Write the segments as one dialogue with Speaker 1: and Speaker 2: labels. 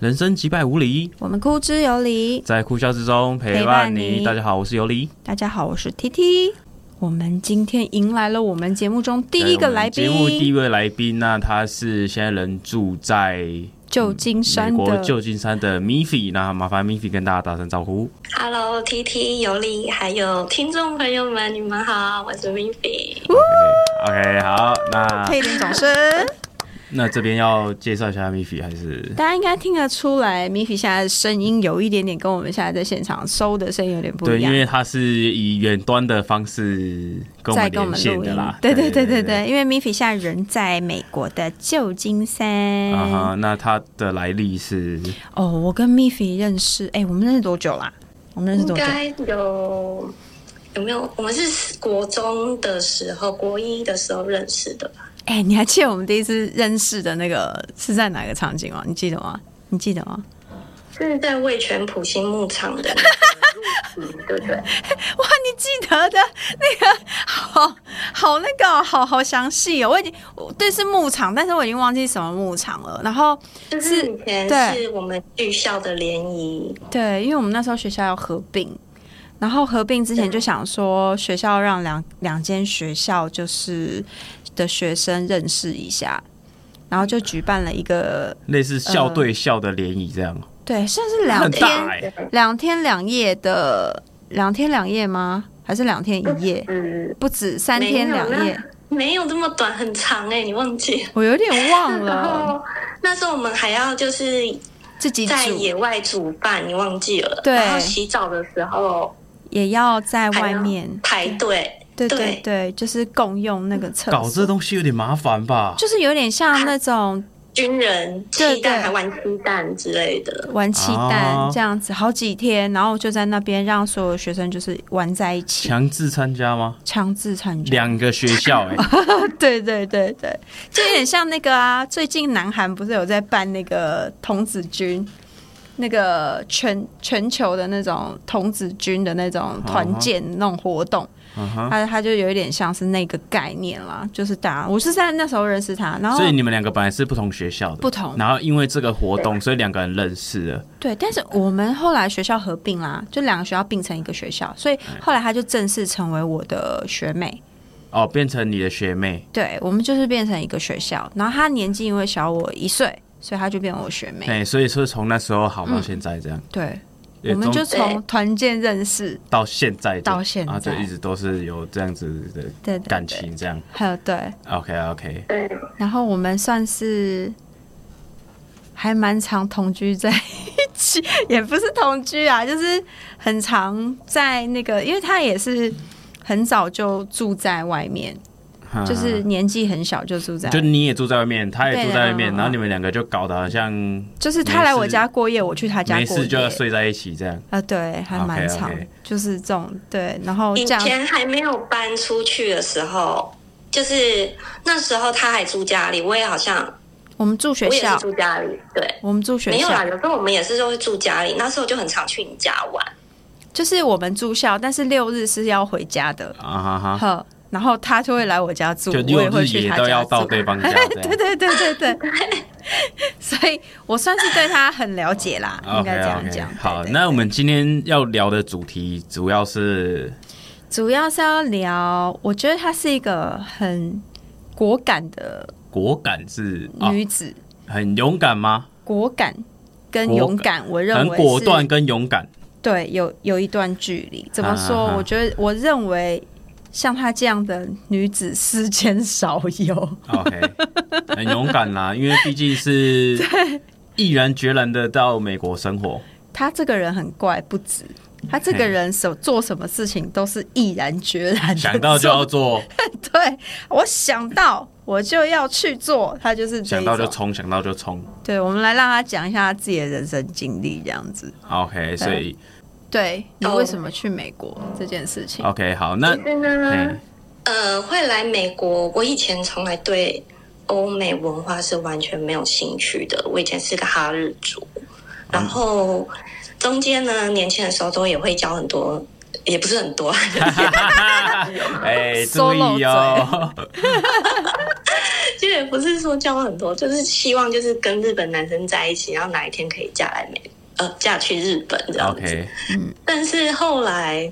Speaker 1: 人生几百无理，
Speaker 2: 我们哭之有理。
Speaker 1: 在哭笑之中陪伴
Speaker 2: 伴
Speaker 1: 你。
Speaker 2: 你
Speaker 1: 大家好，我是尤里。
Speaker 2: 大家好，我是 T T。我们今天迎来了我们节目中第一个来
Speaker 1: 在我们节目第一
Speaker 2: 宾，
Speaker 1: 位来宾，那他是现在人住在
Speaker 2: 旧金
Speaker 1: 美
Speaker 2: 山
Speaker 1: 国
Speaker 2: 的。
Speaker 1: 旧金山的 Miffy。那麻烦 Miffy 跟大家打声招呼。
Speaker 3: Hello T T 尤里，还有听众朋友们，你们好，我是 Vivi。
Speaker 1: OK，好，那
Speaker 2: 配一点掌声，
Speaker 1: 那这边要介绍一下 Miffy 还是？
Speaker 2: 大家应该听得出来，米菲现在的声音有一点点跟我们现在在现场收的声音有点不
Speaker 1: 对，
Speaker 2: 一样
Speaker 1: 因。为他是以远端的方式跟我
Speaker 2: 在
Speaker 1: 们
Speaker 2: 跟
Speaker 1: 连
Speaker 2: 我们录
Speaker 1: 线的
Speaker 2: 音
Speaker 1: 啦。，
Speaker 2: 对对对对对，因为米菲现在人在美国的旧金山。
Speaker 1: 啊哈，那他的来历是
Speaker 2: 哦，我跟米菲认识，哎、我们认识多久啦？我们认识
Speaker 3: 应
Speaker 2: 多久？
Speaker 3: 该有有没有？我们是国中的时候，国一的时候认识的吧？
Speaker 2: 哎、你还记得我们第一次认识的那个是在哪个场景吗？你记得吗？你记得吗？
Speaker 3: 是在味全普星牧场的那个路，嗯，对不对？
Speaker 2: 哇，你记得的那个好好那个哦好好详细哦，我已经我对是牧场，但是我已经忘记什么牧场了。然后
Speaker 3: 就是以前
Speaker 2: 对
Speaker 3: 是我们剧校的联谊，
Speaker 2: 对，因为我们那时候学校要合并，然后合并之前就想说学校让两两间学校就是的学生认识一下，然后就举办了一个
Speaker 1: 类似校对校的联谊这样，
Speaker 2: 对，算是两
Speaker 1: 很
Speaker 2: 天
Speaker 1: 大哎。
Speaker 2: 两天两夜的两天两夜吗？还是两天一夜？
Speaker 3: 嗯，
Speaker 2: 不止三天两
Speaker 3: 没有
Speaker 2: 夜
Speaker 3: 啦，没有这么短，很长哎、你忘记了？
Speaker 2: 我有点忘
Speaker 3: 然
Speaker 2: 了
Speaker 3: 后那时候我们还要就是
Speaker 2: 自己
Speaker 3: 在
Speaker 2: 煮
Speaker 3: 野外煮饭，你忘记了？
Speaker 2: 对
Speaker 3: 然后洗澡的时候
Speaker 2: 也要在
Speaker 3: 还
Speaker 2: 外
Speaker 3: 要
Speaker 2: 面，
Speaker 3: 排队，
Speaker 2: 对
Speaker 3: 对
Speaker 2: 对对，就是共用那个厕
Speaker 1: 搞这
Speaker 2: 所，
Speaker 1: 东西有点麻烦吧？
Speaker 2: 就是有点像那种
Speaker 3: 军人
Speaker 2: 对
Speaker 3: 鸡蛋
Speaker 2: 对
Speaker 3: 还玩鸡蛋之类的。
Speaker 2: 玩气
Speaker 1: 啊
Speaker 2: 弹这样子，好几天，然后就在那边让所有学生就是玩在一起，
Speaker 1: 强制参加吗？
Speaker 2: 强制参加。
Speaker 1: 两个学校 哎、
Speaker 2: 对对对对，就有点像那个啊，最近南韩不是有在办那个童子军，那个全全球的那种童子军的那种团建那种活动，
Speaker 1: 嗯哼，
Speaker 2: 他他就有一点像是那个概念啦，就是打，我是在那时候认识他，然后
Speaker 1: 所以你们两个本来是不同学校的，
Speaker 2: 不同
Speaker 1: 然后因为这个活动，所以两个人认识了。
Speaker 2: 对，但是我们后来学校合并啦，就两个学校并成一个学校，所以
Speaker 1: 哎
Speaker 2: 后来他就正式成为我的学妹。
Speaker 1: 哦，变成你的学妹，
Speaker 2: 对，我们就是变成一个学校，然后他年纪因为小我一岁，所以他就变我学妹。
Speaker 1: 哎，所以说从那时候好到现在这样，
Speaker 2: 对，
Speaker 1: 也
Speaker 2: 嗯我们就
Speaker 1: 中
Speaker 2: 从团建认识，
Speaker 1: 到现在的
Speaker 2: 到现在
Speaker 1: 啊，对，一直都是有这样子的
Speaker 2: 对对对
Speaker 1: 感情这样。
Speaker 2: 还有对，
Speaker 1: OK OK，
Speaker 3: 对，
Speaker 2: 然后我们算是还蛮常同居在一起，也不是同居啊， 就是很常在那个，因为他也是很早就住在外面，
Speaker 1: 啊
Speaker 2: 就是年纪很小就住在，
Speaker 1: 嗯就你也住在外面，他也住在外面，
Speaker 2: 对嗯嗯嗯
Speaker 1: 然后你们两个就搞得好像
Speaker 2: 就是他来我家过夜，我去他家
Speaker 1: 没
Speaker 2: 过
Speaker 1: 事就要
Speaker 2: 夜。
Speaker 1: 睡在一起这样。
Speaker 2: 啊，对，还蛮
Speaker 1: OK，OK
Speaker 2: 常就是这种对，然后
Speaker 3: 以
Speaker 2: 这样
Speaker 3: 前还没有搬出去的时候，就是那时候他还住家里，我也好像
Speaker 2: 我们住学
Speaker 3: 我也是
Speaker 2: 校，
Speaker 3: 住家里，对。
Speaker 2: 我们住学
Speaker 3: 没有啦，
Speaker 2: 校，
Speaker 3: 有时候我们也是就会住家里，那时候就很常去你家玩。
Speaker 2: 就是我们住校，但是六日是要回家的，
Speaker 1: 啊哈哈，
Speaker 2: 呵，然后他就会来我家住，
Speaker 1: 就
Speaker 2: 我
Speaker 1: 六
Speaker 2: 也会
Speaker 1: 日
Speaker 2: 去
Speaker 1: 也
Speaker 2: 他
Speaker 1: 都
Speaker 2: 家
Speaker 1: 要到
Speaker 2: 住。
Speaker 1: 对 方家这样。
Speaker 2: 对对对对对，所以我算是对他很了解 啦，应
Speaker 1: OK
Speaker 2: 该这
Speaker 1: OK，
Speaker 2: 样讲。
Speaker 1: 好，
Speaker 2: 对对
Speaker 1: 那我们今天要聊的主题主要是
Speaker 2: 主要是要聊，我觉得她是一个很果敢的
Speaker 1: 果敢是啊，
Speaker 2: 女子，
Speaker 1: 很勇敢吗？
Speaker 2: 果敢跟
Speaker 1: 果
Speaker 2: 勇敢，我认
Speaker 1: 很
Speaker 2: 为
Speaker 1: 果
Speaker 2: 是
Speaker 1: 断跟勇 敢。
Speaker 2: 对，有有一段距离。怎么说？
Speaker 1: 啊啊啊
Speaker 2: 我觉得，我认为像她这样的女子世间少有。
Speaker 1: OK，很勇敢啦，因为毕竟 是毅然决然的到美国生活。
Speaker 2: 她这个人很怪，不止她这个
Speaker 1: 嘿
Speaker 2: 人手做什么事情都是毅然决然地
Speaker 1: 想到就要
Speaker 2: 做
Speaker 1: 做，
Speaker 2: 对我想到我就要去做，她就是这
Speaker 1: 想
Speaker 2: 一
Speaker 1: 到就
Speaker 2: 种
Speaker 1: 冲，想到就冲。
Speaker 2: 对，我们来让她讲一下她自己的人生经历，这样子。
Speaker 1: OK，所以
Speaker 2: 对你
Speaker 3: 哦
Speaker 2: 为什么去美国这件事情？
Speaker 1: OK 好，那
Speaker 3: 是呢
Speaker 1: 哎，
Speaker 3: 呃，会来美国，我以前从来对欧美文化是完全没有兴趣的。我以前是个哈日族，然后中间呢，年轻的时候都也会交很多，也不是很多，
Speaker 1: 哎，注
Speaker 2: Solo
Speaker 1: 意哦，
Speaker 3: 就也不是说交往很多，就是希望就是跟日本男生在一起，然后哪一天可以嫁来美，呃，嫁去日本这样子。
Speaker 1: OK，
Speaker 3: 但是后来，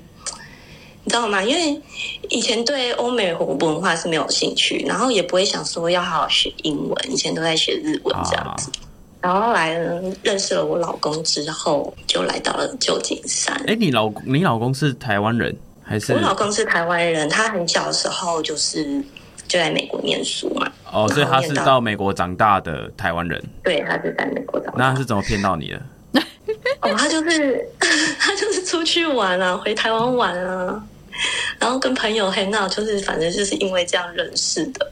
Speaker 3: 你知道吗？因为以前对欧美文化是没有兴趣，然后也不会想说要好好学英文，以前都在学日文这样
Speaker 1: 啊
Speaker 3: 子。，然后后来呢认识了我老公之后，就来到了旧金山。
Speaker 1: 哎、你老公你老公是台湾人还是
Speaker 3: 我？老公是台湾人，他很小的时候就是就在美国念书嘛，
Speaker 1: 哦，所以他是到美国长大的台湾人，
Speaker 3: 对，他是在美国长
Speaker 1: 那
Speaker 3: 大
Speaker 1: 他。是怎么骗到你的？
Speaker 3: 哦，他就是他就是出去玩啊，回台湾玩啊，然后跟朋友 hang out，就是反正就是因为这样认识的。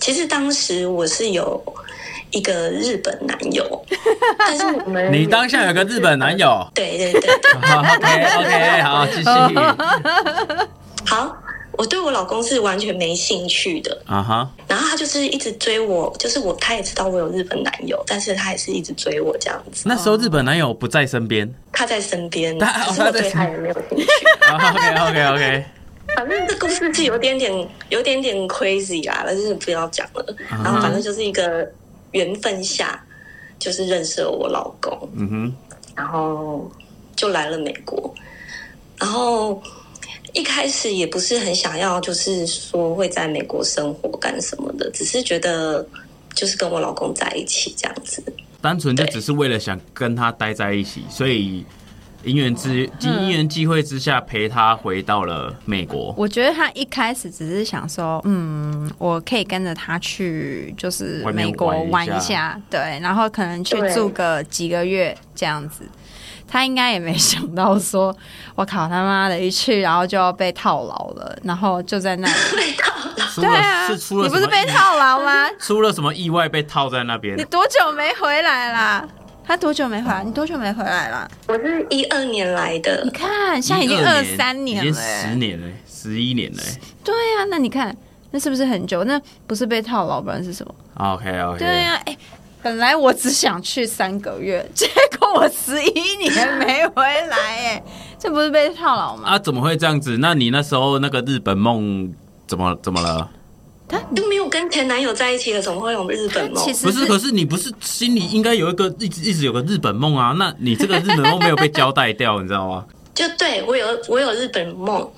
Speaker 3: 其实当时我是有一个日本男友，但是我们
Speaker 1: 你当下有个日本男 友
Speaker 3: 对对对对
Speaker 1: ，OK OK，好，继续，
Speaker 3: 好，我对我老公是完全没兴趣的，
Speaker 1: 啊哈，
Speaker 3: 然后他就是一直追我，就是我他也知道我有日本男友，但是他也是一直追我这样子。
Speaker 1: 那时候日本男友不在身边
Speaker 3: 他在身边，
Speaker 1: 他
Speaker 3: 可是我对他也没有兴趣。
Speaker 1: ，OK OK OK，
Speaker 3: 反正这故事是有点点有点点 crazy 啦，但是不要讲了。
Speaker 1: 啊
Speaker 3: 然后反正就是一个缘分下，就是认识了我老公，
Speaker 1: 嗯哼，
Speaker 3: 然后就来了美国。然后一开始也不是很想要，就是说会在美国生活干什么的，只是觉得就是跟我老公在一起这样子。
Speaker 1: 单纯就只是为了想跟他待在一起，所以因缘之因缘际会之下陪他回到了美国。
Speaker 2: 我觉得他一开始只是想说，嗯，我可以跟着他去，就是
Speaker 1: 外面
Speaker 2: 美国
Speaker 1: 玩
Speaker 2: 玩
Speaker 1: 一下
Speaker 2: 一下，对，然后可能去
Speaker 3: 对
Speaker 2: 住个几个月这样子。他应该也没想到说，我靠他妈的，一去然后就要被套牢了，然后就在那里。
Speaker 1: 出
Speaker 2: 对啊，
Speaker 1: 了是出了
Speaker 2: 你
Speaker 1: 什么
Speaker 2: 不是被
Speaker 1: 意
Speaker 2: 套牢 吗？
Speaker 1: 出了什么意外被套在那边
Speaker 2: 你？多久没回来啦？他多久没回来？你多久没回来啦？
Speaker 3: 我是一二年来的
Speaker 2: 你，看，现在已经二
Speaker 1: 12
Speaker 2: 三
Speaker 1: 年，
Speaker 2: 年
Speaker 1: 已经
Speaker 2: 了、
Speaker 1: 十
Speaker 2: 欸。
Speaker 1: 年了、十一年了、欸。
Speaker 2: 对啊，那你看，那是不是很久？那不是被套牢，不然是什么？
Speaker 1: OK OK，
Speaker 2: 对啊，哎、本来我只想去三个月，结果我十一年没回来、哎， 这不是被套牢吗？
Speaker 1: 啊，怎么会这样子？那你那时候那个日本梦怎么怎么了？
Speaker 3: 就没有跟前男友在一起了，怎么会有日本梦
Speaker 2: 其？实
Speaker 1: 不是，可是你不是心里应该有一个一直一直有个日本梦啊？那你这个日本梦没有被交代掉，你知道 吗？
Speaker 3: 就对我有我有日本梦。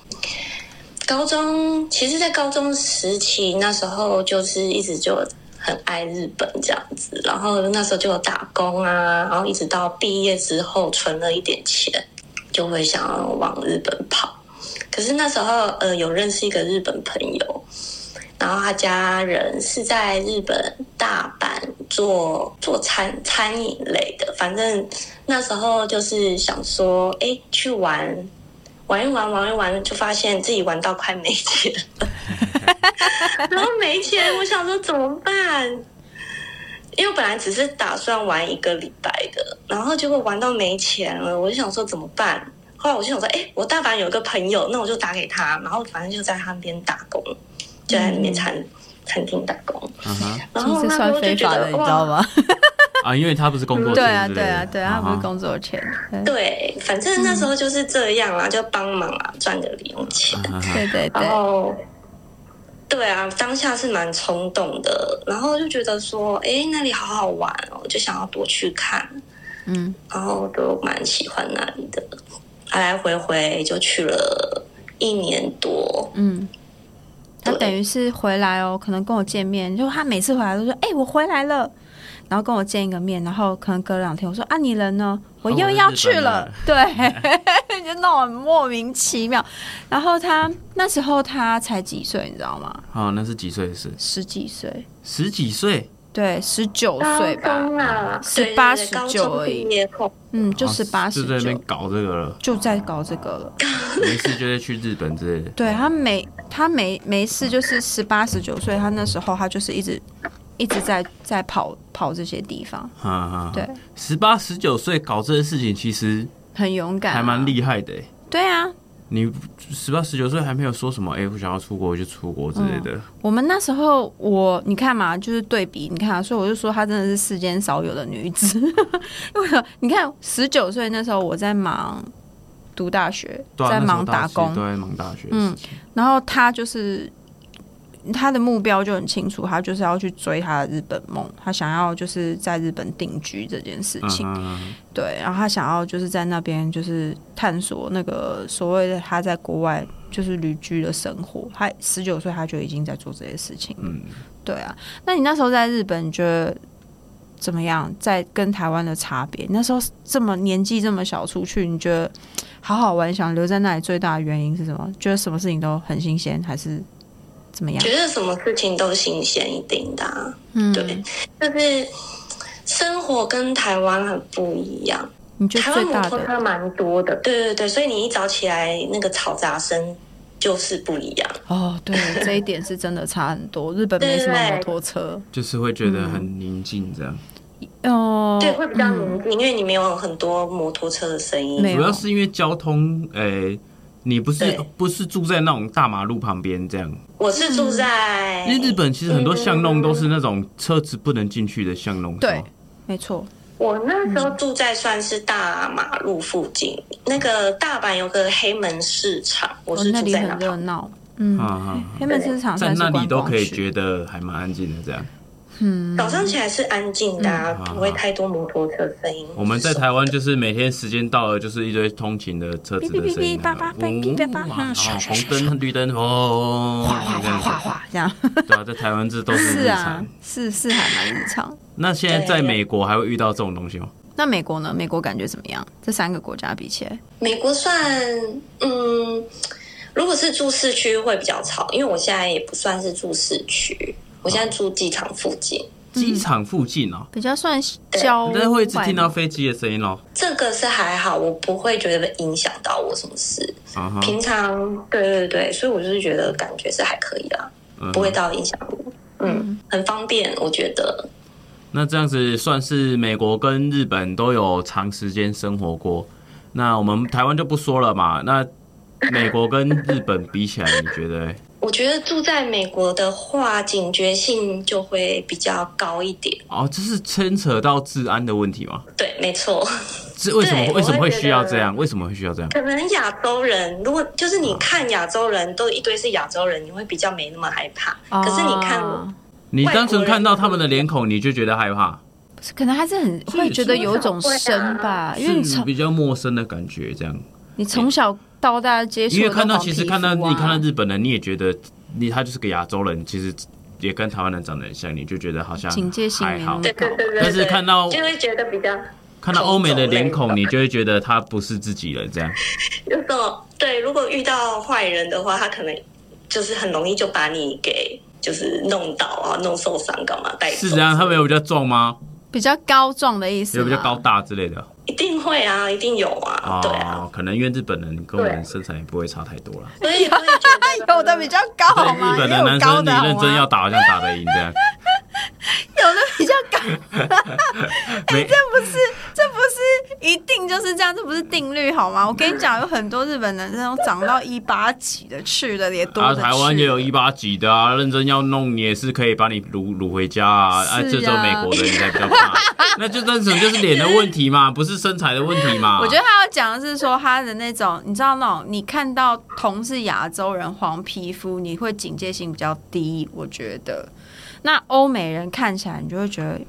Speaker 3: 高中其实，在高中时期那时候就是一直就很爱日本这样子，然后那时候就有打工啊，然后一直到毕业之后存了一点钱，就会想要往日本跑。可是那时候呃有认识一个日本朋友，然后他家人是在日本大阪做做餐餐饮类的，反正那时候就是想说，哎，去玩玩一玩，玩一玩，就发现自己玩到快没钱 了，然后没钱，我想说怎么办？因为我本来只是打算玩一个礼拜的，然后结果玩到没钱了，我就想说怎么办？后来我就想说，哎，我大阪有个朋友，那我就打给他，然后反正就在他那边打工，就在那边餐、餐厅打工，
Speaker 1: 啊哈
Speaker 3: 然后
Speaker 2: 这
Speaker 3: 那时
Speaker 2: 算
Speaker 3: 候就
Speaker 2: 非
Speaker 3: 觉
Speaker 2: 法
Speaker 3: 得
Speaker 2: 的，你知道
Speaker 3: 哇
Speaker 2: 吗？
Speaker 1: 啊，因为他不是工作
Speaker 2: 对
Speaker 1: 签
Speaker 2: 啊，
Speaker 1: 之类
Speaker 2: 对
Speaker 1: 的
Speaker 2: 啊，对啊，他不
Speaker 1: 哈
Speaker 2: 是工作钱。对
Speaker 3: 对，反正那时候就是这样啊，就帮忙啊，赚个零用钱。
Speaker 1: 啊哈
Speaker 2: 对对
Speaker 3: 然
Speaker 2: 对，
Speaker 3: 后，对啊，当下是蛮冲动的，然后就觉得说，哎，那里好好玩哦，就想要多去看，
Speaker 2: 嗯，
Speaker 3: 然后都蛮喜欢那里的，来来回回就去了一年多。
Speaker 2: 嗯，他
Speaker 3: 对
Speaker 2: 等于是回来哦，可能跟我见面，就他每次回来都说：“哎、我回来了。”然后跟我见一个面，然后可能隔两天我说：“啊，你人呢？我又要去 了。对， 就那种很莫名其妙。然后他那时候他才几岁，你知道吗？
Speaker 1: 好，那是几岁的事？
Speaker 2: 十几岁，
Speaker 1: 十几岁，
Speaker 2: 对，十九岁吧，
Speaker 3: 啊，对对
Speaker 2: 18
Speaker 3: 对
Speaker 2: 19
Speaker 3: 高中
Speaker 2: 而已
Speaker 3: 毕业后，
Speaker 2: 嗯，就十八
Speaker 1: 就
Speaker 2: 十
Speaker 1: 哦在那边
Speaker 2: 九，
Speaker 1: 搞这个 了，
Speaker 2: 就在搞这个了。
Speaker 1: 没事就会去日本之类的。
Speaker 2: 对他没他没没事，就是十八十九岁，他那时候他就是一直一直在在跑跑这些地方，
Speaker 1: 哈哈，
Speaker 2: 对，
Speaker 1: 十八十九岁搞这些事情，其实
Speaker 2: 很勇敢、啊
Speaker 1: 还蛮。厉害的欸。
Speaker 2: 对啊，
Speaker 1: 你十八十九岁还没有说什么，哎、我想要出国就出国之类的，
Speaker 2: 我们那时候我你看嘛，就是对比，你看、啊，所以我就说她真的是世间少有的女子。 因为你看十九岁那时候我在忙读大学，
Speaker 1: 对啊，
Speaker 2: 在
Speaker 1: 那时候
Speaker 2: 忙
Speaker 1: 大
Speaker 2: 打
Speaker 1: 家
Speaker 2: 嗯
Speaker 1: 其实
Speaker 2: 工，
Speaker 1: 都在忙大学的事情。
Speaker 2: 然后他就是他的目标就很清楚，他就是要去追他的日本梦，他想要就是在日本定居这件事情。
Speaker 1: 嗯
Speaker 2: 对，然后他想要就是在那边就是探索那个所谓的他在国外就是旅居的生活。他十九岁他就已经在做这些事情了。
Speaker 1: 嗯，
Speaker 2: 对啊，那你那时候在日本，你觉得怎么样？在跟台湾的差别？那时候这么年纪这么小出去，你觉得好好玩，想留在那里最大的原因是什么？觉得什么事情都很新鲜，还是怎么样？
Speaker 3: 觉得什么事情都新鲜一定的、啊，
Speaker 2: 嗯，
Speaker 3: 对，就是生活跟台湾很不一样。
Speaker 2: 你觉得
Speaker 3: 台湾
Speaker 2: 最
Speaker 3: 摩
Speaker 2: 大
Speaker 3: 托
Speaker 2: 的
Speaker 3: 车蛮多的，对对对，所以你一早起来那个嘈杂声就是不一样。
Speaker 2: 哦， 对，这一点是真的差很多。日本
Speaker 3: 对
Speaker 2: 没什么
Speaker 3: 对
Speaker 2: 摩托车，
Speaker 1: 就是会觉得很宁静这样。
Speaker 2: 哦，
Speaker 3: 对，会比较
Speaker 2: 嗯
Speaker 3: 宁静，因为你没有很多摩托车的声音。
Speaker 2: 没有
Speaker 1: 主要是因为交通，诶、你不是
Speaker 3: 对
Speaker 1: 不是住在那种大马路旁边这样？
Speaker 3: 我是住在
Speaker 1: 因为日
Speaker 2: 嗯
Speaker 1: 本其实很多巷弄都是那种车子不能进去的巷弄。
Speaker 2: 对
Speaker 1: 是吗
Speaker 2: 没错，
Speaker 3: 我那时候嗯住在算是大马路附近，那个大阪有个黑门市场，我
Speaker 2: 哦
Speaker 3: 是
Speaker 2: 那
Speaker 3: 住
Speaker 2: 里
Speaker 3: 在
Speaker 2: 很热
Speaker 3: 旁。
Speaker 2: 闹。嗯，
Speaker 1: 啊啊
Speaker 2: 黑门市场
Speaker 1: 啊，在
Speaker 2: 算是
Speaker 1: 那里
Speaker 2: 观
Speaker 1: 都
Speaker 2: 光
Speaker 1: 可以
Speaker 2: 区
Speaker 1: 觉得还蛮安静的这样。
Speaker 2: 嗯，
Speaker 3: 早上起来是安静的、啊，
Speaker 1: 嗯
Speaker 3: 不会太多摩托车声音。
Speaker 1: 我们在台湾就是每天时间到了，就是一堆通勤的车子的声音啊，
Speaker 2: 哔哔哔哔叭叭
Speaker 1: 嗡嗡
Speaker 2: 哔哔叭叭
Speaker 1: 嗡啊
Speaker 2: 嗯
Speaker 1: 然后红灯、绿灯，哦，
Speaker 2: 哗哗哗哗哗这样。
Speaker 1: 对啊，在台湾这都是
Speaker 2: 是
Speaker 1: 日
Speaker 2: 啊
Speaker 1: 常。，
Speaker 2: 是是还蛮日常。
Speaker 1: 那现在在美国还会遇到这种东西吗？
Speaker 2: 那美国呢？美国感觉怎么样？这三个国家比起来，
Speaker 3: 美国算，嗯，如果是住市区会比较吵，因为我现在也不算是住市区，我现在住机场附近。
Speaker 1: 机场附近哦，
Speaker 2: 比较算郊
Speaker 3: 嗯
Speaker 1: 但是会一直
Speaker 2: 外
Speaker 1: 听到
Speaker 2: 吗
Speaker 1: 飞机的声音咯。
Speaker 3: 这个是还好，我不会觉得影响到我什么事。
Speaker 1: 啊哈，
Speaker 3: 平常，对对对，所以我就是觉得感觉是还可以啦，
Speaker 1: 嗯
Speaker 3: 不会到影响我。嗯，很方便，我觉得。
Speaker 1: 那这样子算是美国跟日本都有长时间生活过。那我们台湾就不说了嘛。那美国跟日本比起来，你觉得欸？
Speaker 3: 我觉得住在美国的话，警觉性就会比较高一点。
Speaker 1: 哦，这是牵扯到治安的问题吗？
Speaker 3: 对，没错。
Speaker 1: 这为什么
Speaker 3: 对
Speaker 1: 为什么
Speaker 3: 我
Speaker 1: 会
Speaker 3: 会觉得
Speaker 1: 需要这样？为什么会需要这样？
Speaker 3: 可能亚洲人，如果就是你看亚洲人都一堆是亚洲人，你会比较没那么害怕。可是你看，
Speaker 2: 啊
Speaker 1: 你单纯看到他们的脸孔，你就觉得害怕，
Speaker 2: 不是可能还是很会觉得有一种
Speaker 3: 啊
Speaker 2: 生吧，因为你
Speaker 1: 是
Speaker 2: 从
Speaker 1: 比较陌生的感觉这样。
Speaker 2: 你从小到大接触
Speaker 1: 因
Speaker 2: 的
Speaker 1: 为
Speaker 2: 都
Speaker 1: 看
Speaker 2: 黄皮肤啊，
Speaker 1: 到其实看到你看到日本人，你也觉得你他就是个亚洲人，其实也跟台湾人长得很像，你就觉得好像
Speaker 2: 警戒心
Speaker 1: 还
Speaker 2: 没那么
Speaker 1: 好
Speaker 2: 高。
Speaker 3: 对对对对，
Speaker 1: 但是
Speaker 3: 对
Speaker 1: 看到
Speaker 3: 就会觉得比较
Speaker 1: 看到欧美的脸
Speaker 3: 种
Speaker 1: 孔，
Speaker 3: 类
Speaker 1: 你就会觉得他不是自己人，这样。
Speaker 3: 有种对。如果遇到坏人的话，他可能就是很容易就把你给就是弄倒啊，弄受伤干嘛带走？
Speaker 1: 是这样，他们有比较壮吗？
Speaker 2: 比较高壮的意思
Speaker 1: 有
Speaker 2: 吗，
Speaker 1: 比较高大之类的
Speaker 3: 一定会啊，一定有啊，对啊。
Speaker 1: 哦，可能因为日本人跟我们
Speaker 3: 对
Speaker 1: 身材也不会差太多了。
Speaker 3: 所以我也觉得
Speaker 2: 哎有的比较高
Speaker 1: 对
Speaker 2: 好吗？
Speaker 1: 日本的
Speaker 2: 也哦有
Speaker 1: 男
Speaker 2: 高
Speaker 1: 生，你
Speaker 2: 的好
Speaker 1: 认真要
Speaker 2: 吗？
Speaker 1: 打，好像打得赢这样。
Speaker 2: 有的比较 高，
Speaker 1: 没
Speaker 2: 不是，这不是一定就是这样，这不是定律好吗？我跟你讲，有很多日本男生都长到一八几的去的也多
Speaker 1: 啊，
Speaker 2: 的去。
Speaker 1: 台湾也有一八几的啊，认真要弄你也是可以把你掳掳回家啊。
Speaker 2: 是
Speaker 1: 啊，这周
Speaker 2: 啊
Speaker 1: 美国的你才比较 怕，那就单纯就是脸的问题嘛，不是身材的问题嘛。
Speaker 2: 我觉得他要讲的是说他的那种，你知道那种，你看到同是亚洲人黄皮肤，你会警戒性比较低。我觉得，那欧美人看起来你就会觉得，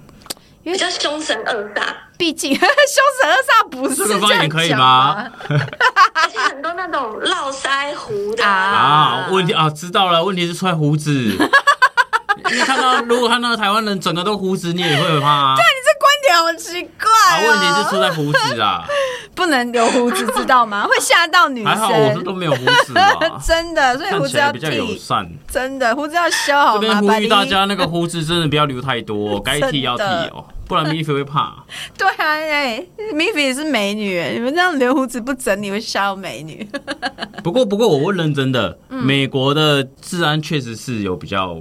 Speaker 3: 比较凶神恶煞，
Speaker 2: 毕竟 凶神恶煞不是
Speaker 1: 这个方
Speaker 2: 这
Speaker 1: 言
Speaker 2: 样
Speaker 1: 可以
Speaker 2: 讲
Speaker 1: 吗
Speaker 2: 吗？
Speaker 3: 而且很多那种络腮胡的
Speaker 2: 啊
Speaker 1: 啊，问题啊，知道了，问题是穿胡 子。你看到如果看到台湾人整个都胡子，你也会怕啊。
Speaker 2: 你这观点好奇
Speaker 1: 啊，
Speaker 2: 怪、哦、
Speaker 1: 问题是出在胡子 啊，
Speaker 2: 不能留胡子，知道 吗？会吓到女
Speaker 1: 还好我这
Speaker 2: 生，
Speaker 1: 都。没有胡子嘛
Speaker 2: 真的，所以
Speaker 1: 看
Speaker 2: 胡
Speaker 1: 起
Speaker 2: 子要
Speaker 1: 来比较友
Speaker 2: 剃，
Speaker 1: 善。
Speaker 2: 真的胡子要修好
Speaker 1: 这边
Speaker 2: 吗？
Speaker 1: 呼
Speaker 2: 把
Speaker 1: 吁
Speaker 2: 你
Speaker 1: 大家，那个胡子真的不要留太 多，该剃要剃
Speaker 2: 真
Speaker 1: 哦，不然米菲会怕。
Speaker 2: 对啊，哎、米菲也是美女，你们这样留胡子不整理会吓到美女。
Speaker 1: 不过不过我问认真的，
Speaker 2: 嗯
Speaker 1: 美国的治安确实是有比较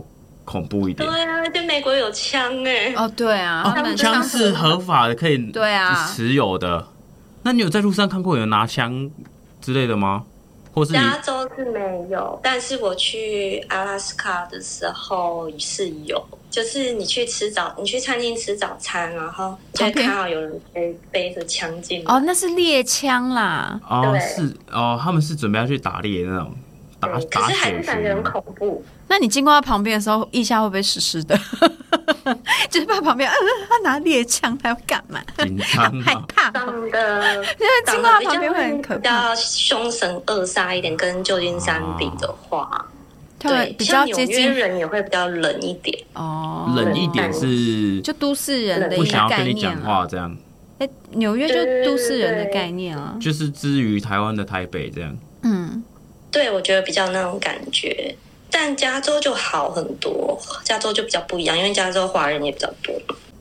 Speaker 1: 恐怖一点。
Speaker 3: 对啊，就美国有枪哎、
Speaker 2: 哦，对啊，他们
Speaker 1: 枪
Speaker 2: 上
Speaker 1: 是
Speaker 2: 次
Speaker 1: 合法的，可以
Speaker 2: 对啊
Speaker 1: 持有的。那你有在路上看过有人拿枪之类的吗？或
Speaker 2: 嗯
Speaker 1: 是你
Speaker 3: 加州是没有，但是我去阿拉斯卡的时候是有，就是你去吃早，你去餐厅吃早餐，然后就会
Speaker 2: OK 哦
Speaker 3: 看到有人背背着枪进来。
Speaker 2: 哦，那是猎枪啦，
Speaker 1: 哦
Speaker 3: 对
Speaker 1: 是哦，他们是准备要去打猎那种打
Speaker 3: 嗯可
Speaker 1: 打
Speaker 3: 是还
Speaker 1: 雪
Speaker 3: 是感觉
Speaker 1: 球
Speaker 3: 很，恐怖。
Speaker 2: 那你经过他旁边的时候，腋下会不会湿湿 的？就是怕旁边，啊、他拿猎枪，他要干嘛？
Speaker 1: 紧张
Speaker 2: 害
Speaker 1: 啊，
Speaker 2: 怕。
Speaker 3: 长 得
Speaker 2: 因为经
Speaker 3: 长
Speaker 2: 过他
Speaker 3: 得比
Speaker 2: 旁边会很
Speaker 3: 较嗯
Speaker 2: 可
Speaker 3: 比
Speaker 2: 怕，
Speaker 3: 较凶神恶煞一点，跟旧金山比的
Speaker 1: 啊
Speaker 3: 话，
Speaker 2: 他
Speaker 3: 对
Speaker 2: 们，比较
Speaker 3: 像纽
Speaker 2: 接
Speaker 3: 约
Speaker 2: 近
Speaker 3: 人也会比较冷一点。
Speaker 2: 哦，
Speaker 1: 冷一点是
Speaker 2: 就都市人的
Speaker 1: 不
Speaker 2: 一
Speaker 1: 想要
Speaker 2: 个概
Speaker 1: 跟你
Speaker 2: 念
Speaker 1: 讲
Speaker 2: 啊。
Speaker 1: 话这样，
Speaker 2: 哎，纽约就
Speaker 3: 对对
Speaker 2: 都市人的
Speaker 3: 对
Speaker 2: 概念啊。
Speaker 1: 就是之于台湾的台北这样。
Speaker 2: 嗯，
Speaker 3: 对，我觉得比较那种感觉。但加州就好很多，加州就比较不一样，因为加州华人也比较多。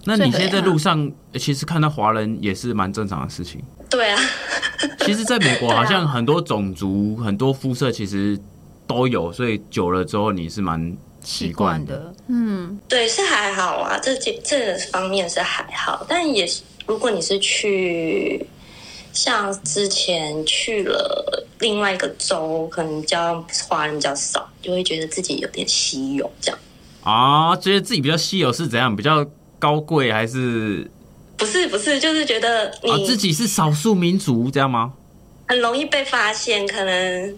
Speaker 1: 那你
Speaker 2: 所以
Speaker 1: 现在在
Speaker 2: 对啊
Speaker 1: 路上，呃其实看到华人也是蛮正常的事情。
Speaker 3: 对啊，
Speaker 1: 其实，在美国
Speaker 3: 对啊
Speaker 1: 好像很多种族、很多肤色其实都有，所以久了之后你是蛮习
Speaker 2: 习
Speaker 1: 惯
Speaker 2: 惯
Speaker 1: 的。
Speaker 2: 的。嗯，
Speaker 3: 对，是还好啊，这这这方面是还好，但也是如果你是去像之前去了另外一个州，可能比较华人比较少，就会觉得自己有点稀有这样。
Speaker 1: 啊，觉得自己比较稀有是怎样？比较高贵还是
Speaker 3: 不是不是，就是觉得
Speaker 2: 哦
Speaker 1: 啊自
Speaker 3: 你
Speaker 1: 己是少数民族这样吗？
Speaker 3: 很容易被发现，可能